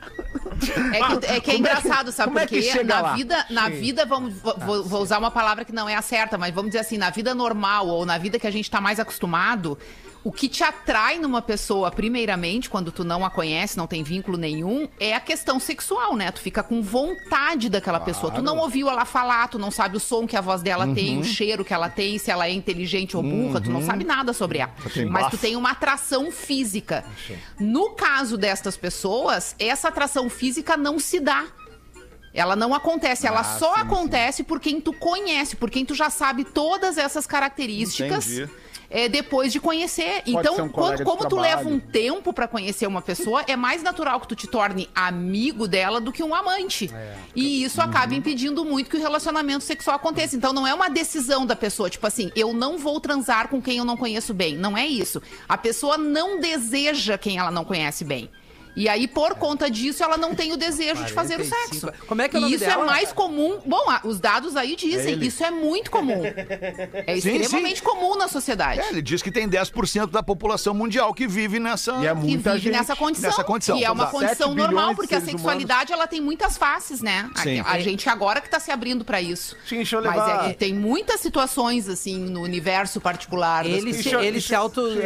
[SPEAKER 6] É que, é que é
[SPEAKER 5] Como é que-
[SPEAKER 6] engraçado, sabe?
[SPEAKER 5] como é que
[SPEAKER 6] Porque
[SPEAKER 5] chega
[SPEAKER 6] na
[SPEAKER 5] lá?
[SPEAKER 6] vida, na vida vamos, vou, vou- vou usar uma palavra que não é a certa, mas vamos dizer assim, na vida normal ou na vida que a gente tá mais acostumado, o que te atrai numa pessoa, primeiramente, quando tu não a conhece, não tem vínculo nenhum, é a questão sexual, né? Tu fica com vontade daquela pessoa. Tu não ouviu ela falar, tu não sabe o som que a voz dela tem, o cheiro que ela tem, se ela é inteligente ou burra, tu não sabe nada sobre ela. Mas tu tem uma atração física. No caso destas pessoas, essa atração física não se dá. Ela não acontece,
[SPEAKER 5] Ah,
[SPEAKER 6] ela só acontece por quem tu conhece, por quem tu já sabe todas essas características. é, depois de conhecer.
[SPEAKER 5] ser um
[SPEAKER 6] então,
[SPEAKER 5] colega
[SPEAKER 6] quando,
[SPEAKER 5] de
[SPEAKER 6] como tu
[SPEAKER 5] trabalho.
[SPEAKER 6] leva um tempo pra conhecer uma pessoa, é mais natural que tu te torne amigo dela do que um amante.
[SPEAKER 5] É,
[SPEAKER 6] E isso
[SPEAKER 5] Uhum.
[SPEAKER 6] acaba impedindo muito que o relacionamento sexual aconteça. Então, não é uma decisão da pessoa, tipo assim, eu não vou transar com quem eu não conheço bem. Não é isso. A pessoa não deseja quem ela não conhece bem. E aí,
[SPEAKER 5] É.
[SPEAKER 6] por conta disso, ela não tem o desejo de fazer o
[SPEAKER 8] 45.
[SPEAKER 6] sexo.
[SPEAKER 8] Como é que é o
[SPEAKER 6] E
[SPEAKER 8] nome
[SPEAKER 6] isso
[SPEAKER 8] dela?
[SPEAKER 6] é mais comum. Bom, ah, os dados aí dizem, isso é muito comum. É
[SPEAKER 4] Sim,
[SPEAKER 6] extremamente comum na sociedade.
[SPEAKER 4] É, ele diz que tem 10% da população mundial que vive nessa.
[SPEAKER 5] E é
[SPEAKER 6] que
[SPEAKER 5] muita
[SPEAKER 6] vive
[SPEAKER 5] gente.
[SPEAKER 6] nessa condição,
[SPEAKER 4] Nessa condição,
[SPEAKER 6] que é uma
[SPEAKER 4] exato.
[SPEAKER 6] condição
[SPEAKER 5] Sete bilhões
[SPEAKER 6] normal,
[SPEAKER 5] de
[SPEAKER 6] porque a
[SPEAKER 5] seres
[SPEAKER 6] sexualidade ela tem muitas faces, né? A-
[SPEAKER 4] Sim.
[SPEAKER 6] a, gente agora que tá se abrindo pra isso.
[SPEAKER 9] Sim, deixa eu
[SPEAKER 6] Mas
[SPEAKER 9] levar-
[SPEAKER 6] é que tem muitas situações assim no universo particular. das
[SPEAKER 8] Ele se,
[SPEAKER 9] Isso-
[SPEAKER 8] ele
[SPEAKER 9] isso-
[SPEAKER 8] se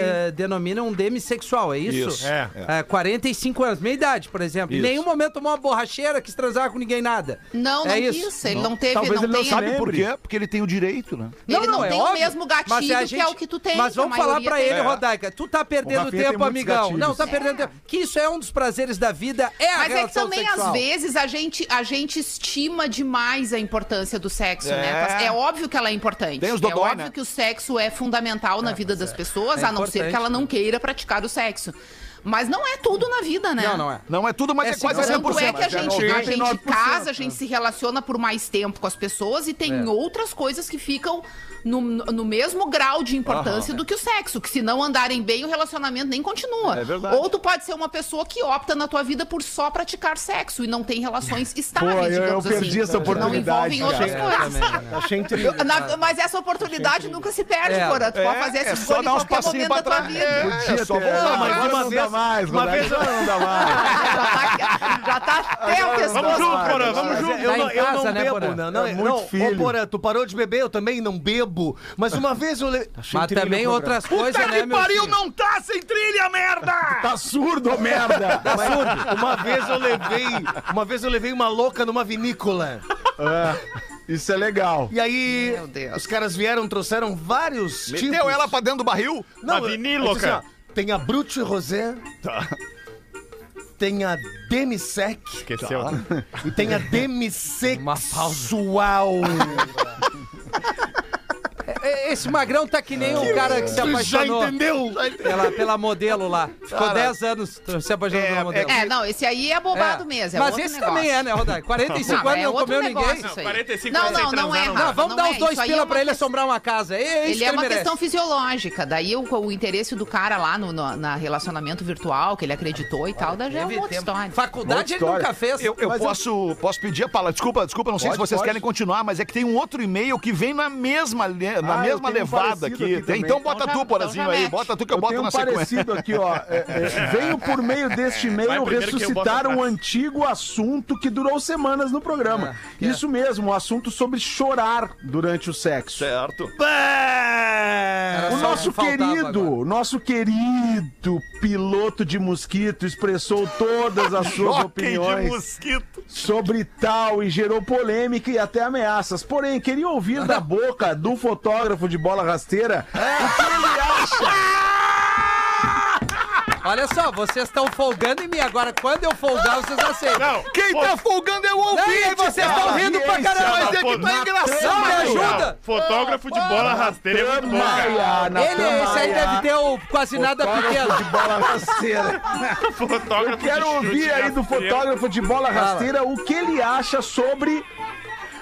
[SPEAKER 8] autodenomina um demissexual, é isso?
[SPEAKER 4] Isso,
[SPEAKER 7] é.
[SPEAKER 8] É, 45 anos, minha idade, por exemplo. Em
[SPEAKER 4] Isso.
[SPEAKER 8] nenhum momento tomou uma borracheira, quis transar com ninguém, nada.
[SPEAKER 6] Não, não
[SPEAKER 8] é
[SPEAKER 6] quis.
[SPEAKER 8] isso.
[SPEAKER 6] Ele não, teve,
[SPEAKER 5] Talvez
[SPEAKER 6] não
[SPEAKER 5] ele não
[SPEAKER 6] tem-
[SPEAKER 5] sabe
[SPEAKER 4] Sabe por
[SPEAKER 5] Lembre.
[SPEAKER 4] quê? Porque ele tem o direito, né?
[SPEAKER 6] Ele não,
[SPEAKER 8] é
[SPEAKER 6] tem o
[SPEAKER 8] óbvio.
[SPEAKER 6] mesmo gatilho
[SPEAKER 8] Mas a
[SPEAKER 6] que é o que tu tem.
[SPEAKER 8] Mas
[SPEAKER 6] que a
[SPEAKER 8] vamos falar
[SPEAKER 6] maioria
[SPEAKER 8] pra
[SPEAKER 6] tem.
[SPEAKER 8] ele, Rodaica. Tu tá perdendo
[SPEAKER 5] Rafinha tem
[SPEAKER 8] tempo,
[SPEAKER 5] muitos
[SPEAKER 8] amigão.
[SPEAKER 5] gatilhos.
[SPEAKER 8] Não, tá perdendo tempo. Que isso é um dos prazeres da vida. É a
[SPEAKER 6] Mas é que
[SPEAKER 8] relação
[SPEAKER 6] também,
[SPEAKER 8] sexual.
[SPEAKER 6] às vezes, a gente, a gente estima demais a importância do sexo, né?
[SPEAKER 4] É.
[SPEAKER 6] É óbvio que ela é importante.
[SPEAKER 4] Tem os dodói,
[SPEAKER 6] é óbvio
[SPEAKER 4] né?
[SPEAKER 6] que o sexo é fundamental na vida das pessoas,
[SPEAKER 8] É
[SPEAKER 6] a não ser
[SPEAKER 8] importante,
[SPEAKER 6] que ela não
[SPEAKER 8] né?
[SPEAKER 6] queira praticar o sexo. Mas não é tudo na vida, né?
[SPEAKER 8] Não, não é.
[SPEAKER 4] Não é tudo, mas é, quase
[SPEAKER 5] assim,
[SPEAKER 4] 100%.
[SPEAKER 6] Tanto é que a gente, a gente
[SPEAKER 5] 99%.
[SPEAKER 6] casa, a gente se relaciona por mais tempo com as pessoas e tem outras coisas que ficam no, no mesmo grau de importância do que o sexo. Que se não andarem bem, o relacionamento nem continua.
[SPEAKER 4] É verdade.
[SPEAKER 6] Ou tu pode ser uma pessoa que opta na tua vida por só praticar sexo e não tem relações
[SPEAKER 5] Pô,
[SPEAKER 6] estáveis,
[SPEAKER 5] eu, eu
[SPEAKER 6] digamos assim.
[SPEAKER 5] perdi essa
[SPEAKER 6] que não
[SPEAKER 5] oportunidade.
[SPEAKER 6] envolvem outras
[SPEAKER 5] cara.
[SPEAKER 6] coisas.
[SPEAKER 8] É,
[SPEAKER 9] Achei incrível.
[SPEAKER 6] Eu- [LAUGHS] na- mas essa oportunidade nunca se perde,
[SPEAKER 8] né? É,
[SPEAKER 6] Porã. Tu pode fazer
[SPEAKER 4] É,
[SPEAKER 6] esse
[SPEAKER 4] é só
[SPEAKER 6] escolha em
[SPEAKER 4] dar uns
[SPEAKER 6] qualquer
[SPEAKER 4] passinhos
[SPEAKER 6] momento
[SPEAKER 9] Tá
[SPEAKER 4] pra
[SPEAKER 6] da tua
[SPEAKER 4] trás.
[SPEAKER 6] vida.
[SPEAKER 7] [LAUGHS]
[SPEAKER 4] É, é só
[SPEAKER 5] Não, Ah,
[SPEAKER 4] voltar.
[SPEAKER 5] mas
[SPEAKER 9] Agora
[SPEAKER 5] agora não
[SPEAKER 9] vocês-
[SPEAKER 5] dá mais,
[SPEAKER 9] Ah, uma
[SPEAKER 5] Rodaica,
[SPEAKER 9] vez eu-
[SPEAKER 5] agora não dá mais.
[SPEAKER 6] Já tá, já tá até o pescoço.
[SPEAKER 7] Vamos junto, Porã, vamos
[SPEAKER 8] Mas
[SPEAKER 7] junto.
[SPEAKER 8] é-
[SPEAKER 9] Eu
[SPEAKER 8] tá
[SPEAKER 9] não,
[SPEAKER 8] em
[SPEAKER 9] [LAUGHS] eu
[SPEAKER 8] casa,
[SPEAKER 9] não
[SPEAKER 8] né,
[SPEAKER 9] bebo,
[SPEAKER 8] Porã?
[SPEAKER 9] não. não,
[SPEAKER 5] É muito
[SPEAKER 9] não. Ô,
[SPEAKER 5] filho.
[SPEAKER 9] Porã, tu parou de beber, eu também não bebo. Mas uma vez eu levei. Achei
[SPEAKER 8] Mas
[SPEAKER 9] incrível
[SPEAKER 8] também
[SPEAKER 9] o
[SPEAKER 8] [LAUGHS]
[SPEAKER 9] programa.
[SPEAKER 8] outras
[SPEAKER 4] Puta
[SPEAKER 8] coisas, né,
[SPEAKER 4] que
[SPEAKER 8] meu
[SPEAKER 4] pariu,
[SPEAKER 8] filho?
[SPEAKER 4] não tá sem trilha, merda!
[SPEAKER 5] Tá surdo, ô merda.
[SPEAKER 9] Mas uma vez eu levei. Uma vez eu levei uma louca numa vinícola.
[SPEAKER 5] É, isso é legal.
[SPEAKER 9] E aí,
[SPEAKER 6] Meu Deus.
[SPEAKER 9] os caras vieram, trouxeram vários tipos.
[SPEAKER 4] Meteu ela pra dentro do barril?
[SPEAKER 9] Não,
[SPEAKER 7] Uma
[SPEAKER 9] eu-
[SPEAKER 7] viníloca.
[SPEAKER 9] eu disse assim, ó, tem a Brute Rosé. Tem a Demisec. tá.
[SPEAKER 7] Esqueceu.
[SPEAKER 9] E tem a Demissexual.
[SPEAKER 8] É, Esse magrão tá que nem o cara que se
[SPEAKER 9] Tu já
[SPEAKER 8] apaixonou
[SPEAKER 9] entendeu?
[SPEAKER 8] pela, pela modelo lá. Ficou
[SPEAKER 4] Cara,
[SPEAKER 8] 10 anos se apaixonando
[SPEAKER 4] é-
[SPEAKER 8] pela modelo.
[SPEAKER 6] É, não, esse aí é bobado mesmo. É
[SPEAKER 8] Mas
[SPEAKER 6] outro
[SPEAKER 8] esse
[SPEAKER 6] negócio.
[SPEAKER 8] também é, né, Rodai? 45
[SPEAKER 6] Ah, mas é
[SPEAKER 8] anos não
[SPEAKER 6] outro
[SPEAKER 8] comeu
[SPEAKER 6] negócio
[SPEAKER 8] ninguém.
[SPEAKER 6] isso aí.
[SPEAKER 7] 45
[SPEAKER 6] não,
[SPEAKER 7] anos sem
[SPEAKER 6] não, não
[SPEAKER 7] transar
[SPEAKER 6] é
[SPEAKER 7] não
[SPEAKER 6] errado.
[SPEAKER 7] dá.
[SPEAKER 8] Não, vamos
[SPEAKER 6] não
[SPEAKER 8] dar
[SPEAKER 6] é.
[SPEAKER 8] os dois
[SPEAKER 6] Isso aí
[SPEAKER 8] pila
[SPEAKER 6] é uma
[SPEAKER 8] pra ele
[SPEAKER 6] questão-
[SPEAKER 8] assombrar uma casa. É isso
[SPEAKER 6] Ele
[SPEAKER 8] que
[SPEAKER 6] é
[SPEAKER 8] ele
[SPEAKER 6] uma
[SPEAKER 8] merece.
[SPEAKER 6] questão fisiológica. Daí o, o interesse do cara lá no, no na relacionamento virtual, que ele acreditou e tal, daí já é
[SPEAKER 8] Teve
[SPEAKER 6] uma outra
[SPEAKER 8] tempo.
[SPEAKER 6] história.
[SPEAKER 8] Faculdade
[SPEAKER 5] Outra
[SPEAKER 8] ele nunca
[SPEAKER 5] história.
[SPEAKER 8] fez.
[SPEAKER 4] Eu, eu posso, posso pedir a palavra. Desculpa, desculpa, não sei
[SPEAKER 5] Pode,
[SPEAKER 4] se vocês
[SPEAKER 5] pode.
[SPEAKER 4] querem continuar, mas é que tem um outro e-mail que vem na mesma, le- na
[SPEAKER 5] Ah, eu
[SPEAKER 4] mesma
[SPEAKER 5] tenho um
[SPEAKER 4] levada
[SPEAKER 5] parecido
[SPEAKER 4] aqui.
[SPEAKER 5] aqui
[SPEAKER 4] Tem-
[SPEAKER 5] também.
[SPEAKER 4] então bota
[SPEAKER 6] Então já-
[SPEAKER 4] tu, Porazinho
[SPEAKER 6] então já
[SPEAKER 4] aí.
[SPEAKER 6] mete.
[SPEAKER 4] Bota tu que eu,
[SPEAKER 5] Eu
[SPEAKER 4] boto
[SPEAKER 5] tenho um
[SPEAKER 4] na sequência.
[SPEAKER 5] parecido aqui, ó. É, é, venho por meio deste e-mail
[SPEAKER 7] Vai primeiro que eu boto
[SPEAKER 5] ressuscitar um
[SPEAKER 7] atrás.
[SPEAKER 5] antigo assunto que durou semanas no programa.
[SPEAKER 8] É, é.
[SPEAKER 5] Isso mesmo, um assunto sobre chorar durante o sexo.
[SPEAKER 4] Certo.
[SPEAKER 8] Era
[SPEAKER 5] O
[SPEAKER 8] só
[SPEAKER 5] nosso
[SPEAKER 8] que é, faltava agora.
[SPEAKER 5] querido, nosso querido piloto de mosquito expressou todas as suas
[SPEAKER 4] Jockey de
[SPEAKER 5] opiniões
[SPEAKER 4] mosquito.
[SPEAKER 5] sobre tal e gerou polêmica e até ameaças. Porém, queria ouvir
[SPEAKER 8] [LAUGHS]
[SPEAKER 5] da boca do fotógrafo de bola rasteira
[SPEAKER 8] Olha só, vocês estão folgando em mim. Agora, quando eu folgar, vocês aceitam.
[SPEAKER 7] Não,
[SPEAKER 4] Quem
[SPEAKER 7] fo-
[SPEAKER 4] tá folgando é o
[SPEAKER 8] Não,
[SPEAKER 4] ouvinte.
[SPEAKER 8] e aí vocês estão
[SPEAKER 5] cara.
[SPEAKER 8] rindo pra
[SPEAKER 5] Audiência,
[SPEAKER 8] caramba.
[SPEAKER 4] Mas é que tá
[SPEAKER 7] Matando,
[SPEAKER 4] engraçado.
[SPEAKER 8] me ajuda.
[SPEAKER 7] Não, Fotógrafo de
[SPEAKER 4] Ah,
[SPEAKER 7] bola rasteira é muito bom, cara.
[SPEAKER 5] Maia, Natan
[SPEAKER 8] Ele, esse aí
[SPEAKER 5] Maia,
[SPEAKER 8] deve ter o quase nada
[SPEAKER 5] fotógrafo
[SPEAKER 8] pequeno.
[SPEAKER 5] de bola rasteira.
[SPEAKER 7] Fotógrafo de
[SPEAKER 5] Quero
[SPEAKER 7] chute
[SPEAKER 5] ouvir aí do
[SPEAKER 7] rasteiro.
[SPEAKER 5] fotógrafo de bola
[SPEAKER 8] Fala.
[SPEAKER 5] rasteira o que ele acha sobre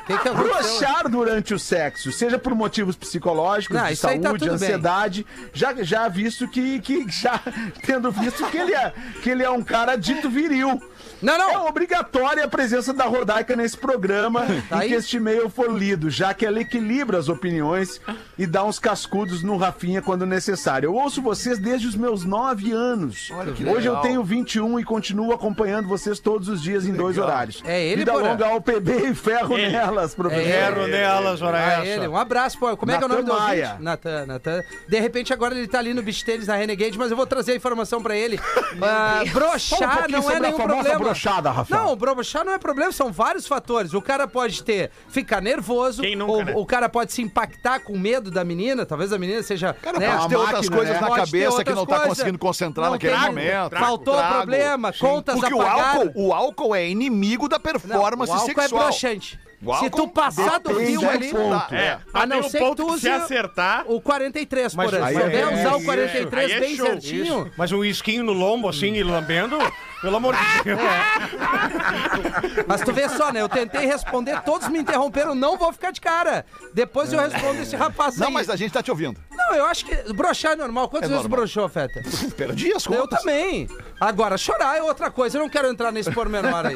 [SPEAKER 8] O que, que aconteceu?
[SPEAKER 5] brochar durante o sexo, seja por motivos psicológicos,
[SPEAKER 8] Não,
[SPEAKER 5] de
[SPEAKER 8] isso aí
[SPEAKER 5] saúde,
[SPEAKER 8] tá tudo bem.
[SPEAKER 5] ansiedade, já, já visto que, que já [LAUGHS] tendo visto que ele é, que ele é um cara dito viril.
[SPEAKER 8] Não, não.
[SPEAKER 5] É obrigatória a presença da Rodaica nesse programa
[SPEAKER 8] Tá
[SPEAKER 5] em
[SPEAKER 8] aí?
[SPEAKER 5] que este e-mail for lido, já que ela equilibra as opiniões e dá uns cascudos no Rafinha quando necessário. Eu ouço vocês desde os meus nove anos. Hoje eu tenho 21 e continuo acompanhando vocês todos os dias em dois horários.
[SPEAKER 8] É ele,
[SPEAKER 5] Vida
[SPEAKER 8] Porã?
[SPEAKER 5] longa ao PB e ferro
[SPEAKER 6] É.
[SPEAKER 7] Ele.
[SPEAKER 5] nelas, professor. É.
[SPEAKER 9] Erro nelas, ora
[SPEAKER 8] Ah,
[SPEAKER 9] essa.
[SPEAKER 8] ele. Um abraço, pô. Como é que é o
[SPEAKER 5] Natan
[SPEAKER 8] nome do
[SPEAKER 5] Maia.
[SPEAKER 8] ouvinte? Natan, Natan. De repente agora ele tá ali no beach tênis na Renegade, mas eu vou trazer a informação pra ele. Ah,
[SPEAKER 5] Fala um
[SPEAKER 8] broxar
[SPEAKER 5] pouquinho
[SPEAKER 8] não é
[SPEAKER 5] sobre a
[SPEAKER 8] nenhum
[SPEAKER 5] famosa
[SPEAKER 8] problema.
[SPEAKER 5] broxada, Rafael.
[SPEAKER 8] Não, broxar não é problema, são vários fatores. O cara pode ter, ficar nervoso,
[SPEAKER 7] Quem nunca,
[SPEAKER 8] ou-
[SPEAKER 7] né?
[SPEAKER 8] o cara pode se impactar com medo da menina, talvez a menina seja...
[SPEAKER 4] Cara,
[SPEAKER 8] né,
[SPEAKER 4] pode ter outras
[SPEAKER 5] máquina,
[SPEAKER 4] coisas
[SPEAKER 5] né?
[SPEAKER 4] na
[SPEAKER 8] Pode ter
[SPEAKER 4] cabeça que
[SPEAKER 8] outras
[SPEAKER 4] não tá
[SPEAKER 8] coisas.
[SPEAKER 4] conseguindo concentrar
[SPEAKER 8] Não,
[SPEAKER 4] naquele
[SPEAKER 8] trago,
[SPEAKER 4] momento.
[SPEAKER 8] faltou problema, contas
[SPEAKER 4] Porque o
[SPEAKER 8] apagadas.
[SPEAKER 4] álcool, o álcool é inimigo da
[SPEAKER 8] Não,
[SPEAKER 4] performance
[SPEAKER 8] o álcool
[SPEAKER 4] sexual.
[SPEAKER 8] é broxante.
[SPEAKER 4] O
[SPEAKER 8] Se
[SPEAKER 4] álcool
[SPEAKER 8] tu passar do
[SPEAKER 5] depende
[SPEAKER 8] rio
[SPEAKER 5] do
[SPEAKER 8] ali...
[SPEAKER 5] ponto.
[SPEAKER 7] É,
[SPEAKER 8] A
[SPEAKER 7] mas
[SPEAKER 8] não
[SPEAKER 7] tem um
[SPEAKER 8] ser que
[SPEAKER 7] ponto
[SPEAKER 8] tu
[SPEAKER 7] que se
[SPEAKER 8] use-
[SPEAKER 7] acertar.
[SPEAKER 8] O 43,
[SPEAKER 9] Mas
[SPEAKER 8] por aí. Se
[SPEAKER 9] isso aí
[SPEAKER 8] souber
[SPEAKER 9] é-
[SPEAKER 8] usar o
[SPEAKER 9] isso,
[SPEAKER 7] aí
[SPEAKER 8] 43
[SPEAKER 7] é
[SPEAKER 8] bem
[SPEAKER 7] show.
[SPEAKER 8] certinho...
[SPEAKER 9] Mas um isquinho no lombo, assim, e lambendo? Pelo amor
[SPEAKER 8] Ah,
[SPEAKER 9] de
[SPEAKER 8] é,
[SPEAKER 9] Deus.
[SPEAKER 8] Mas tu vê só, né? Eu tentei responder, todos me interromperam, não vou ficar de cara. Depois eu respondo esse rapaz
[SPEAKER 4] Não,
[SPEAKER 8] aí.
[SPEAKER 4] mas a gente tá te ouvindo.
[SPEAKER 8] Não, eu acho que broxar é normal. Quantas vezes broxou, Feta?
[SPEAKER 4] Perdi as contas.
[SPEAKER 8] Eu também. Agora, chorar é outra coisa. Eu não quero entrar nesse pormenor aí.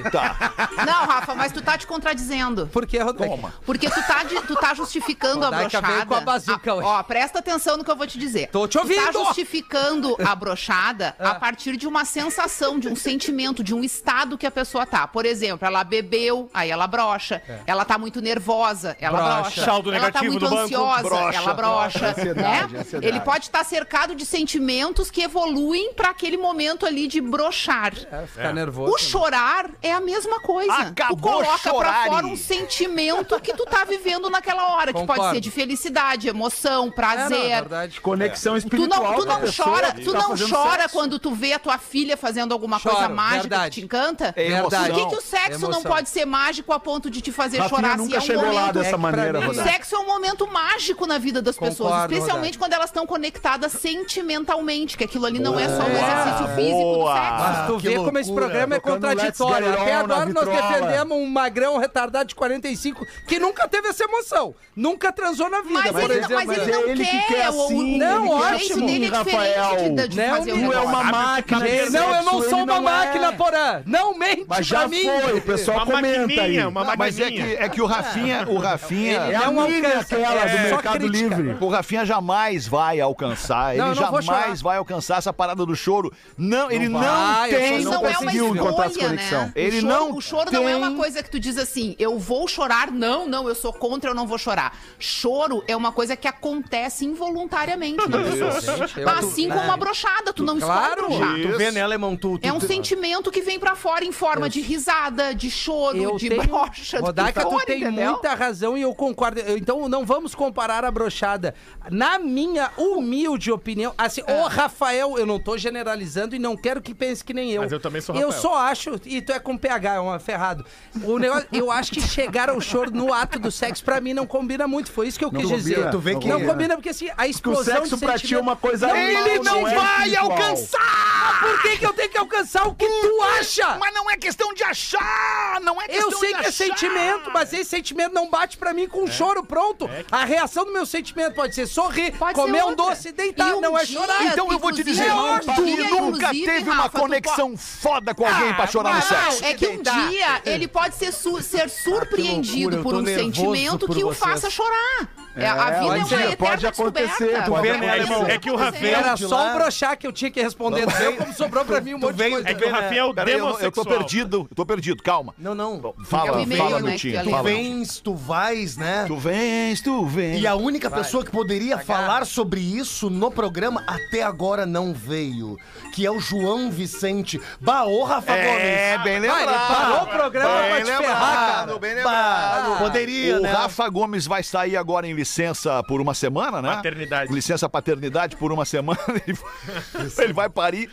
[SPEAKER 6] Não, Rafa, mas tu tá te contradizendo.
[SPEAKER 8] Por que, Rodaica?
[SPEAKER 6] Porque tu tá, de- tu tá justificando a
[SPEAKER 8] Rodaica
[SPEAKER 6] brochada. Ah,
[SPEAKER 8] veio com a bazuca hoje.
[SPEAKER 6] ó, presta atenção no que eu vou te dizer.
[SPEAKER 8] Tô te
[SPEAKER 6] Tu
[SPEAKER 8] ouvindo.
[SPEAKER 6] tá
[SPEAKER 8] Ah.
[SPEAKER 6] justificando a
[SPEAKER 8] [LAUGHS]
[SPEAKER 6] brochada a partir de uma sensação, de um sentimento, de um estado que a pessoa tá. Por exemplo, ela bebeu, aí ela brocha. Ela tá muito nervosa, ela
[SPEAKER 8] É. Brocha.
[SPEAKER 6] brocha.
[SPEAKER 9] Saldo
[SPEAKER 6] ela tá
[SPEAKER 9] negativo
[SPEAKER 6] muito
[SPEAKER 9] do banco,
[SPEAKER 6] ansiosa,
[SPEAKER 4] brocha.
[SPEAKER 6] ela brocha.
[SPEAKER 5] Ansiedade,
[SPEAKER 6] né?
[SPEAKER 5] ansiedade.
[SPEAKER 6] Ele pode estar cercado de sentimentos que evoluem pra aquele momento ali de brochar.
[SPEAKER 8] É, ficar nervoso.
[SPEAKER 6] O chorar é a mesma coisa.
[SPEAKER 4] Acabou
[SPEAKER 6] tu coloca
[SPEAKER 4] chorar,
[SPEAKER 6] pra fora
[SPEAKER 4] Iri.
[SPEAKER 6] um sentimento que tu tá vivendo naquela hora, que
[SPEAKER 8] Concordo.
[SPEAKER 6] pode ser de felicidade, emoção,
[SPEAKER 8] É, não, é
[SPEAKER 6] prazer.
[SPEAKER 8] verdade.
[SPEAKER 5] Conexão
[SPEAKER 6] Tu
[SPEAKER 5] espiritual.
[SPEAKER 6] não, tu
[SPEAKER 5] com a
[SPEAKER 6] não
[SPEAKER 5] pessoa
[SPEAKER 6] chora,
[SPEAKER 5] que
[SPEAKER 6] tu
[SPEAKER 5] tá
[SPEAKER 6] não
[SPEAKER 5] fazendo
[SPEAKER 6] chora
[SPEAKER 5] sexo.
[SPEAKER 6] quando tu vê a tua filha fazendo alguma
[SPEAKER 8] Choro,
[SPEAKER 6] coisa mágica
[SPEAKER 8] verdade.
[SPEAKER 6] que te encanta?
[SPEAKER 4] É emoção.
[SPEAKER 6] Por que, que o sexo
[SPEAKER 8] Emoção.
[SPEAKER 6] não pode ser mágico a ponto de te fazer
[SPEAKER 5] Rafinha
[SPEAKER 6] chorar
[SPEAKER 5] nunca
[SPEAKER 6] se é um
[SPEAKER 5] chegou lá né,
[SPEAKER 6] momento
[SPEAKER 5] dessa
[SPEAKER 8] pra
[SPEAKER 5] maneira,
[SPEAKER 8] mim-
[SPEAKER 6] o
[SPEAKER 5] Rodaica.
[SPEAKER 6] sexo é um momento mágico na vida das
[SPEAKER 8] Concordo,
[SPEAKER 6] pessoas, especialmente Principalmente quando elas estão conectadas sentimentalmente, que aquilo ali não é só um exercício físico do
[SPEAKER 4] Boa.
[SPEAKER 6] sexo.
[SPEAKER 8] Mas tu vê como esse programa é
[SPEAKER 5] Ah, Tocando
[SPEAKER 8] contraditório.
[SPEAKER 5] Let's Get It
[SPEAKER 8] Até
[SPEAKER 5] On na
[SPEAKER 8] agora nós
[SPEAKER 5] vitrola.
[SPEAKER 8] defendemos um magrão retardado de 45 que nunca teve essa emoção. Nunca transou na vida,
[SPEAKER 6] Mas,
[SPEAKER 8] por
[SPEAKER 6] ele, não-
[SPEAKER 8] exemplo.
[SPEAKER 6] mas ele
[SPEAKER 5] mas
[SPEAKER 6] não
[SPEAKER 5] é ele que
[SPEAKER 6] quer,
[SPEAKER 5] quer
[SPEAKER 6] o-
[SPEAKER 5] assim,
[SPEAKER 6] o,
[SPEAKER 8] ele
[SPEAKER 6] o
[SPEAKER 8] quer
[SPEAKER 6] jeito
[SPEAKER 8] assim,
[SPEAKER 6] dele é
[SPEAKER 5] Rafael.
[SPEAKER 6] diferente de, de
[SPEAKER 8] Não,
[SPEAKER 6] fazer o
[SPEAKER 8] tu
[SPEAKER 5] Tu
[SPEAKER 8] é
[SPEAKER 5] é
[SPEAKER 6] negócio.
[SPEAKER 5] uma
[SPEAKER 7] Sabe
[SPEAKER 5] máquina. de
[SPEAKER 8] Gente, não, eu não
[SPEAKER 5] sexo,
[SPEAKER 8] sou
[SPEAKER 5] ele
[SPEAKER 8] uma
[SPEAKER 5] não
[SPEAKER 8] máquina,
[SPEAKER 5] é.
[SPEAKER 8] Porã. Não mente
[SPEAKER 5] Mas
[SPEAKER 8] pra
[SPEAKER 5] já
[SPEAKER 8] mim.
[SPEAKER 5] foi, o pessoal
[SPEAKER 7] Uma
[SPEAKER 5] comenta aí.
[SPEAKER 7] maquininha, uma maquininha.
[SPEAKER 4] Mas é que, é que o Rafinha, o
[SPEAKER 8] Ele
[SPEAKER 4] Rafinha,
[SPEAKER 5] É a
[SPEAKER 8] Não
[SPEAKER 5] minha
[SPEAKER 8] alcança.
[SPEAKER 5] aquela do
[SPEAKER 8] É, só
[SPEAKER 5] Mercado
[SPEAKER 8] crítica.
[SPEAKER 5] Livre.
[SPEAKER 4] o Rafinha jamais vai alcançar, ele
[SPEAKER 8] Não, eu não vou
[SPEAKER 4] jamais
[SPEAKER 8] chorar.
[SPEAKER 4] vai alcançar essa parada do choro. Não, ele não,
[SPEAKER 8] vai, eu só
[SPEAKER 4] tem,
[SPEAKER 8] não
[SPEAKER 6] Isso
[SPEAKER 8] não
[SPEAKER 6] não, é uma
[SPEAKER 8] conseguiu
[SPEAKER 5] encontrar
[SPEAKER 6] escolha,
[SPEAKER 5] essa conexão.
[SPEAKER 6] né?
[SPEAKER 4] Ele
[SPEAKER 6] o choro,
[SPEAKER 4] não
[SPEAKER 6] o choro não é uma
[SPEAKER 4] tem-
[SPEAKER 6] coisa que tu diz assim, eu vou chorar, não, não, eu sou contra, eu não vou chorar. Choro é uma coisa que acontece involuntariamente na pessoa.
[SPEAKER 8] gente, eu- É.
[SPEAKER 6] assim como uma brochada, tu não
[SPEAKER 8] Claro.
[SPEAKER 6] escolhe brochar.
[SPEAKER 9] Tu vê, né, alemão? Tu, tu,
[SPEAKER 6] É um
[SPEAKER 9] tu-
[SPEAKER 6] sentimento que vem pra fora em forma de risada, de choro,
[SPEAKER 8] Eu
[SPEAKER 6] de
[SPEAKER 8] tenho...
[SPEAKER 6] brocha,
[SPEAKER 8] Rodaica,
[SPEAKER 6] do que
[SPEAKER 8] tu
[SPEAKER 6] for,
[SPEAKER 8] tem
[SPEAKER 6] entendeu?
[SPEAKER 8] muita razão e eu concordo. Eu- Então não vamos comparar a brochada. Na minha humilde opinião, assim,
[SPEAKER 6] É.
[SPEAKER 8] ô Rafael, eu não tô generalizando e não quero que pense que nem eu.
[SPEAKER 7] Mas eu também sou
[SPEAKER 8] Eu
[SPEAKER 7] Rafael.
[SPEAKER 8] só acho, e tu é com PH, é um ferrado. O negócio, eu acho que chegar ao choro no ato do sexo pra mim não combina muito. Foi isso que eu quis
[SPEAKER 5] combina,
[SPEAKER 8] dizer.
[SPEAKER 5] tu vê que- é.
[SPEAKER 8] não combina porque assim, a explosão
[SPEAKER 5] sexo
[SPEAKER 8] de
[SPEAKER 5] pra ti é
[SPEAKER 8] sentimento-
[SPEAKER 5] uma coisa
[SPEAKER 8] Ele
[SPEAKER 5] animal,
[SPEAKER 8] não
[SPEAKER 5] não é
[SPEAKER 8] vai
[SPEAKER 5] sexual.
[SPEAKER 8] alcançar. Mas por que que eu tenho que alcançar o que tu acha?
[SPEAKER 4] Mas não é questão de achar, não é questão
[SPEAKER 8] Eu
[SPEAKER 4] de
[SPEAKER 8] sei que é
[SPEAKER 4] achar. É.
[SPEAKER 8] sentimento, mas esse sentimento não bate pra mim com um choro pronto. A reação do meu sentimento pode ser sorrir,
[SPEAKER 6] Pode ser
[SPEAKER 8] comer um
[SPEAKER 6] outra.
[SPEAKER 8] doce, deitar,
[SPEAKER 6] E um
[SPEAKER 8] não é
[SPEAKER 6] dia-
[SPEAKER 8] chorar.
[SPEAKER 4] Então eu vou te dizer,
[SPEAKER 6] Inclusive,
[SPEAKER 4] não,
[SPEAKER 6] é
[SPEAKER 4] tu
[SPEAKER 6] um dia,
[SPEAKER 4] nunca
[SPEAKER 6] inclusive,
[SPEAKER 4] teve uma
[SPEAKER 6] Rafa, tu
[SPEAKER 4] conexão foda com alguém pra chorar no
[SPEAKER 8] Ah, mas
[SPEAKER 4] sexo.
[SPEAKER 6] Não, é que um dia ele pode ser, su- ser surpreendido
[SPEAKER 9] eu
[SPEAKER 6] por
[SPEAKER 9] tô
[SPEAKER 6] um
[SPEAKER 9] nervoso
[SPEAKER 6] sentimento
[SPEAKER 9] por
[SPEAKER 6] que o
[SPEAKER 9] vocês.
[SPEAKER 6] faça chorar. É, a
[SPEAKER 5] pode
[SPEAKER 6] vida é uma
[SPEAKER 5] ser,
[SPEAKER 6] eterna
[SPEAKER 5] pode acontecer,
[SPEAKER 6] descoberta.
[SPEAKER 5] tu
[SPEAKER 9] vê, né,
[SPEAKER 6] Qualquer
[SPEAKER 9] alemão?
[SPEAKER 6] coisa
[SPEAKER 7] É que o
[SPEAKER 6] acontecer.
[SPEAKER 7] Rafael-
[SPEAKER 8] Era
[SPEAKER 9] de
[SPEAKER 8] só
[SPEAKER 9] lá-
[SPEAKER 8] o brochar que eu tinha que responder. Não sei como sobrou pra mim um monte de
[SPEAKER 9] veio-
[SPEAKER 8] coisa.
[SPEAKER 9] é
[SPEAKER 7] É que o Rafinha é o
[SPEAKER 4] Peraí, eu, não- eu tô
[SPEAKER 7] demossexual.
[SPEAKER 4] perdido, eu tô perdido, calma.
[SPEAKER 9] Não, não.
[SPEAKER 4] Bom,
[SPEAKER 6] É o
[SPEAKER 4] Fala,
[SPEAKER 6] e-mail,
[SPEAKER 4] fala,
[SPEAKER 6] né,
[SPEAKER 4] Miltinho.
[SPEAKER 6] que tu
[SPEAKER 9] Tu
[SPEAKER 4] fala, Miltinho.
[SPEAKER 9] vens, tu vais, né?
[SPEAKER 4] Tu vens, tu vens.
[SPEAKER 9] E a única pessoa que poderia falar sobre isso no programa até agora não veio, que é o João Vicente. Bah, ô Rafa
[SPEAKER 4] É,
[SPEAKER 9] Gomes.
[SPEAKER 4] bem
[SPEAKER 8] Ah, ele
[SPEAKER 4] lembrado.
[SPEAKER 8] parou o programa pra te ferrar, cara.
[SPEAKER 4] Bem
[SPEAKER 9] Bah,
[SPEAKER 4] lembrado.
[SPEAKER 9] poderia,
[SPEAKER 4] O
[SPEAKER 9] né?
[SPEAKER 4] Rafa Gomes vai sair agora em licença por uma semana, né?
[SPEAKER 7] Paternidade.
[SPEAKER 4] Licença paternidade por uma semana. [LAUGHS] Ele, ele vai parir.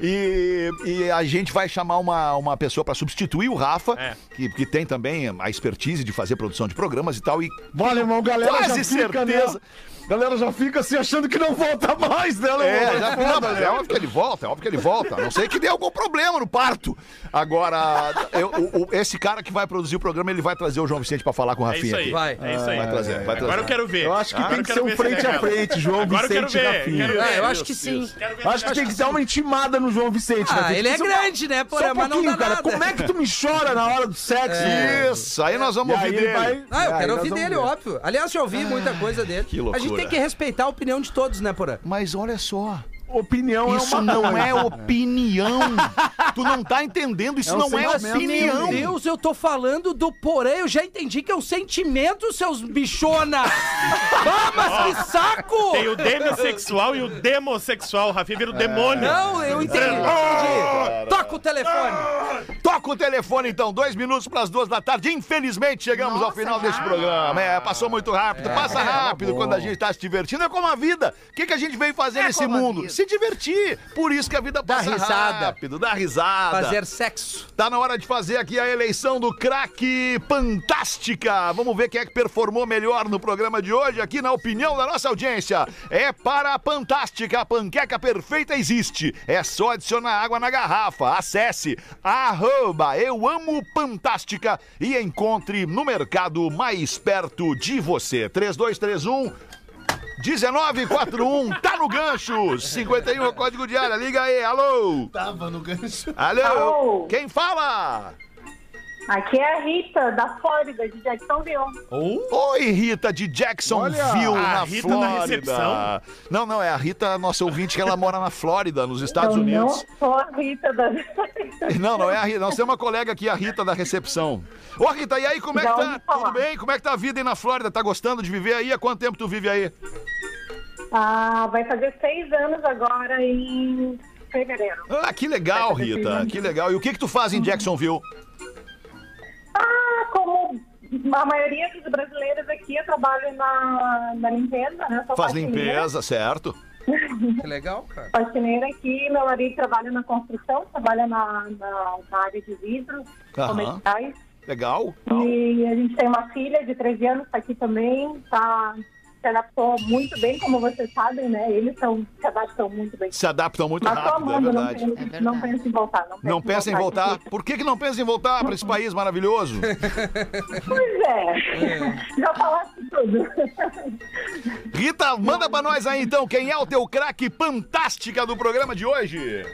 [SPEAKER 4] E, e a gente vai chamar uma, uma pessoa pra substituir o Rafa,
[SPEAKER 7] É.
[SPEAKER 4] que, que tem também a expertise de fazer produção de programas e tal. E
[SPEAKER 5] Olha, irmão, galera
[SPEAKER 4] Quase
[SPEAKER 5] já fica,
[SPEAKER 4] certeza.
[SPEAKER 5] né? Galera já fica assim achando que não volta mais, né, alemão?
[SPEAKER 4] É,
[SPEAKER 5] É
[SPEAKER 4] já, não, mas é óbvio que ele volta, é óbvio que ele volta. A não sei que dê algum problema no parto. Agora, eu- o- o- esse cara que vai produzir o programa, ele vai trazer o João Vicente pra falar com o
[SPEAKER 7] É
[SPEAKER 4] Rafinha
[SPEAKER 7] isso aí.
[SPEAKER 4] aqui.
[SPEAKER 8] Vai.
[SPEAKER 7] É isso aí.
[SPEAKER 4] Vai trazer, vai trazer.
[SPEAKER 7] Agora eu quero ver.
[SPEAKER 5] Eu acho que
[SPEAKER 7] Agora
[SPEAKER 5] tem
[SPEAKER 7] eu
[SPEAKER 5] que
[SPEAKER 7] quero
[SPEAKER 5] ser um
[SPEAKER 7] ver se ele
[SPEAKER 5] frente a
[SPEAKER 7] revela.
[SPEAKER 5] frente, João
[SPEAKER 7] Agora eu quero
[SPEAKER 5] Vicente e
[SPEAKER 7] ver,
[SPEAKER 5] Rafinha.
[SPEAKER 7] quero ver.
[SPEAKER 8] Ah, eu acho que sim.
[SPEAKER 7] Quero ver se
[SPEAKER 5] Acho que tem que dar uma intimada no João Vicente, né?
[SPEAKER 8] Ah,
[SPEAKER 5] Tem que
[SPEAKER 8] ele é
[SPEAKER 5] fazer
[SPEAKER 8] grande, né,
[SPEAKER 5] Só
[SPEAKER 8] porra?
[SPEAKER 5] um
[SPEAKER 8] mas não
[SPEAKER 5] pouquinho,
[SPEAKER 8] dá
[SPEAKER 5] cara.
[SPEAKER 8] nada.
[SPEAKER 5] Como é que tu me chora na hora do sexo?
[SPEAKER 4] Isso, É. aí nós
[SPEAKER 5] E
[SPEAKER 4] vamos
[SPEAKER 5] aí
[SPEAKER 4] ouvir
[SPEAKER 5] ele
[SPEAKER 4] dele.
[SPEAKER 5] vai-
[SPEAKER 8] Ah, eu
[SPEAKER 5] É, aí
[SPEAKER 8] quero
[SPEAKER 5] nós
[SPEAKER 8] ouvir
[SPEAKER 5] vamos
[SPEAKER 8] dele,
[SPEAKER 5] ver.
[SPEAKER 8] óbvio. Aliás, já ouvi muita coisa dele.
[SPEAKER 4] Ah, que
[SPEAKER 8] A gente
[SPEAKER 4] loucura.
[SPEAKER 8] tem que respeitar a opinião de todos, né, Porã?
[SPEAKER 4] Mas olha só,
[SPEAKER 5] Opinião é
[SPEAKER 4] isso
[SPEAKER 5] uma
[SPEAKER 4] não
[SPEAKER 5] coisa.
[SPEAKER 4] é opinião. tu não tá entendendo, isso
[SPEAKER 5] É um
[SPEAKER 4] não é
[SPEAKER 5] sentimento.
[SPEAKER 4] opinião.
[SPEAKER 8] Meu Deus, eu tô falando do porém, eu já entendi que é um sentimento,
[SPEAKER 4] [LAUGHS]
[SPEAKER 8] seus bichona! Ah, mas que saco!
[SPEAKER 7] Tem o demissexual e o demossexual. O Rafinha vira o demônio.
[SPEAKER 8] É. Não, eu entendi, entendi. Toca o telefone.
[SPEAKER 4] Toca o telefone então, dois minutos para as duas da tarde. Infelizmente chegamos ao final desse programa. É, passou muito rápido. Passa rápido quando a gente tá se divertindo. É como a vida. O que, que a gente veio fazer nesse
[SPEAKER 6] como a
[SPEAKER 4] mundo?
[SPEAKER 6] vida.
[SPEAKER 4] Se divertir. Por isso que a vida passa
[SPEAKER 8] risada.
[SPEAKER 4] rápido, dá risada.
[SPEAKER 8] Fazer sexo.
[SPEAKER 4] Tá na hora de fazer aqui a eleição do craque Fantástica. Vamos ver quem é que performou melhor no programa de hoje, aqui na opinião da nossa audiência. É para a Fantástica, a panqueca perfeita existe. É só adicionar água na garrafa. Acesse arroba eu amo Fantástica e encontre no mercado mais perto de você. 3231 1941, tá no gancho! 51 é o código de área, liga aí, alô!
[SPEAKER 9] Tava no gancho.
[SPEAKER 4] Alô?
[SPEAKER 11] Alô?
[SPEAKER 4] Quem fala?
[SPEAKER 11] Aqui é a Rita, da Flórida, de Jacksonville.
[SPEAKER 4] Oi, Rita de Jacksonville,
[SPEAKER 7] Olha, a
[SPEAKER 4] na
[SPEAKER 7] Rita da
[SPEAKER 4] Flórida.
[SPEAKER 7] recepção?
[SPEAKER 4] Não, não, é a Rita, nossa ouvinte, que ela mora na Flórida, nos Estados
[SPEAKER 11] eu
[SPEAKER 4] Unidos.
[SPEAKER 11] não sou a Rita da...
[SPEAKER 4] [LAUGHS] Não, não é a Rita. Nós temos uma colega aqui, a Rita da recepção. Ô, Rita, e aí, como é
[SPEAKER 11] Já
[SPEAKER 4] que tá?
[SPEAKER 11] ouvi falar.
[SPEAKER 4] Tudo bem? Como é que tá a vida aí na Flórida? Tá gostando de viver aí? Há quanto tempo tu vive aí?
[SPEAKER 11] Ah, vai fazer seis anos agora em fevereiro.
[SPEAKER 4] Ah, que legal, Rita. Que legal. E o que que tu faz em Jacksonville?
[SPEAKER 11] Ah, como a maioria dos brasileiros aqui, eu trabalho na, na limpeza, né? Eu sou
[SPEAKER 4] Faz
[SPEAKER 11] faxineira.
[SPEAKER 4] limpeza, certo?
[SPEAKER 8] Que legal, cara.
[SPEAKER 11] Faxineira aqui, meu marido trabalha na construção, trabalha na, na, na área de vidros
[SPEAKER 4] Aham.
[SPEAKER 11] é tá, comerciais.
[SPEAKER 4] Legal.
[SPEAKER 11] E a gente tem uma filha de 13 anos, tá aqui também, tá se adaptou muito bem, como vocês sabem, né? Eles são, se adaptam muito bem.
[SPEAKER 4] Se adaptam muito
[SPEAKER 11] Mas tô
[SPEAKER 4] rápido, é
[SPEAKER 11] amando, não
[SPEAKER 4] verdade.
[SPEAKER 11] penso- não penso em voltar. Não, penso
[SPEAKER 4] Não pensa em voltar. Tá, Por que, que não pensa em voltar para esse país maravilhoso?
[SPEAKER 11] Pois é. Já falaste tudo.
[SPEAKER 4] Rita, manda pra nós aí então, quem é o teu craque fantástica do programa de hoje?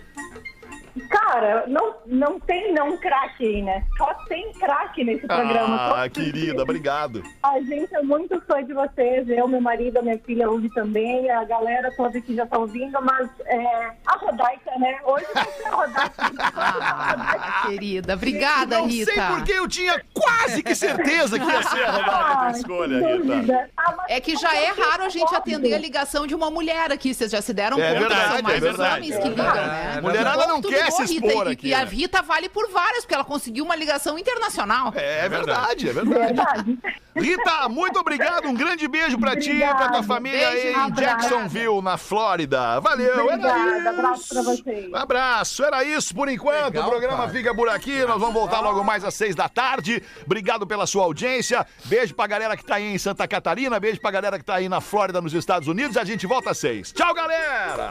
[SPEAKER 11] Cara, não, não tem não craque aí, né? Só tem craque nesse programa.
[SPEAKER 4] Ah, querida, obrigado.
[SPEAKER 11] A gente é muito fã de vocês. Eu, meu marido, a minha filha ouve também. A galera toda que já está ouvindo. Mas é, a Rodaica, né? Hoje vai ser a Rodaica.
[SPEAKER 6] Ah, querida. Obrigada,
[SPEAKER 4] não
[SPEAKER 6] Rita.
[SPEAKER 4] sei porque eu tinha quase que certeza que ia ser é a Rodaica a tua escolha, Rita.
[SPEAKER 11] Ah,
[SPEAKER 6] É que já é raro a gente atender a ligação de uma mulher aqui. Vocês já se deram
[SPEAKER 4] É
[SPEAKER 6] conta
[SPEAKER 4] verdade,
[SPEAKER 6] são mais
[SPEAKER 4] é
[SPEAKER 6] os
[SPEAKER 4] verdade.
[SPEAKER 6] homens que ligam, né?
[SPEAKER 4] Mulherada não
[SPEAKER 6] Tudo
[SPEAKER 4] quer
[SPEAKER 6] bom,
[SPEAKER 4] se
[SPEAKER 6] Rita?
[SPEAKER 4] expor
[SPEAKER 6] E-
[SPEAKER 4] aqui.
[SPEAKER 6] E a
[SPEAKER 4] né?
[SPEAKER 6] Rita vale por várias, porque ela conseguiu uma ligação internacional.
[SPEAKER 4] É verdade, é verdade.
[SPEAKER 11] Verdade.
[SPEAKER 4] Rita, muito obrigado. Um grande beijo pra ti e pra tua
[SPEAKER 11] Obrigada.
[SPEAKER 4] família aí
[SPEAKER 6] Beijo,
[SPEAKER 4] em
[SPEAKER 6] abraço.
[SPEAKER 4] Jacksonville, na Flórida. Valeu, era
[SPEAKER 11] Obrigada.
[SPEAKER 4] isso.
[SPEAKER 11] Abraço pra vocês.
[SPEAKER 4] Um abraço, era isso por enquanto.
[SPEAKER 8] Legal,
[SPEAKER 4] o programa
[SPEAKER 8] cara.
[SPEAKER 4] fica por aqui. Nós vamos voltar logo mais às seis da tarde. Obrigado pela sua audiência. Beijo pra galera que tá aí em Santa Catarina. Beijo pra galera que tá aí na Flórida, nos Estados Unidos. A gente volta às seis. Tchau, galera!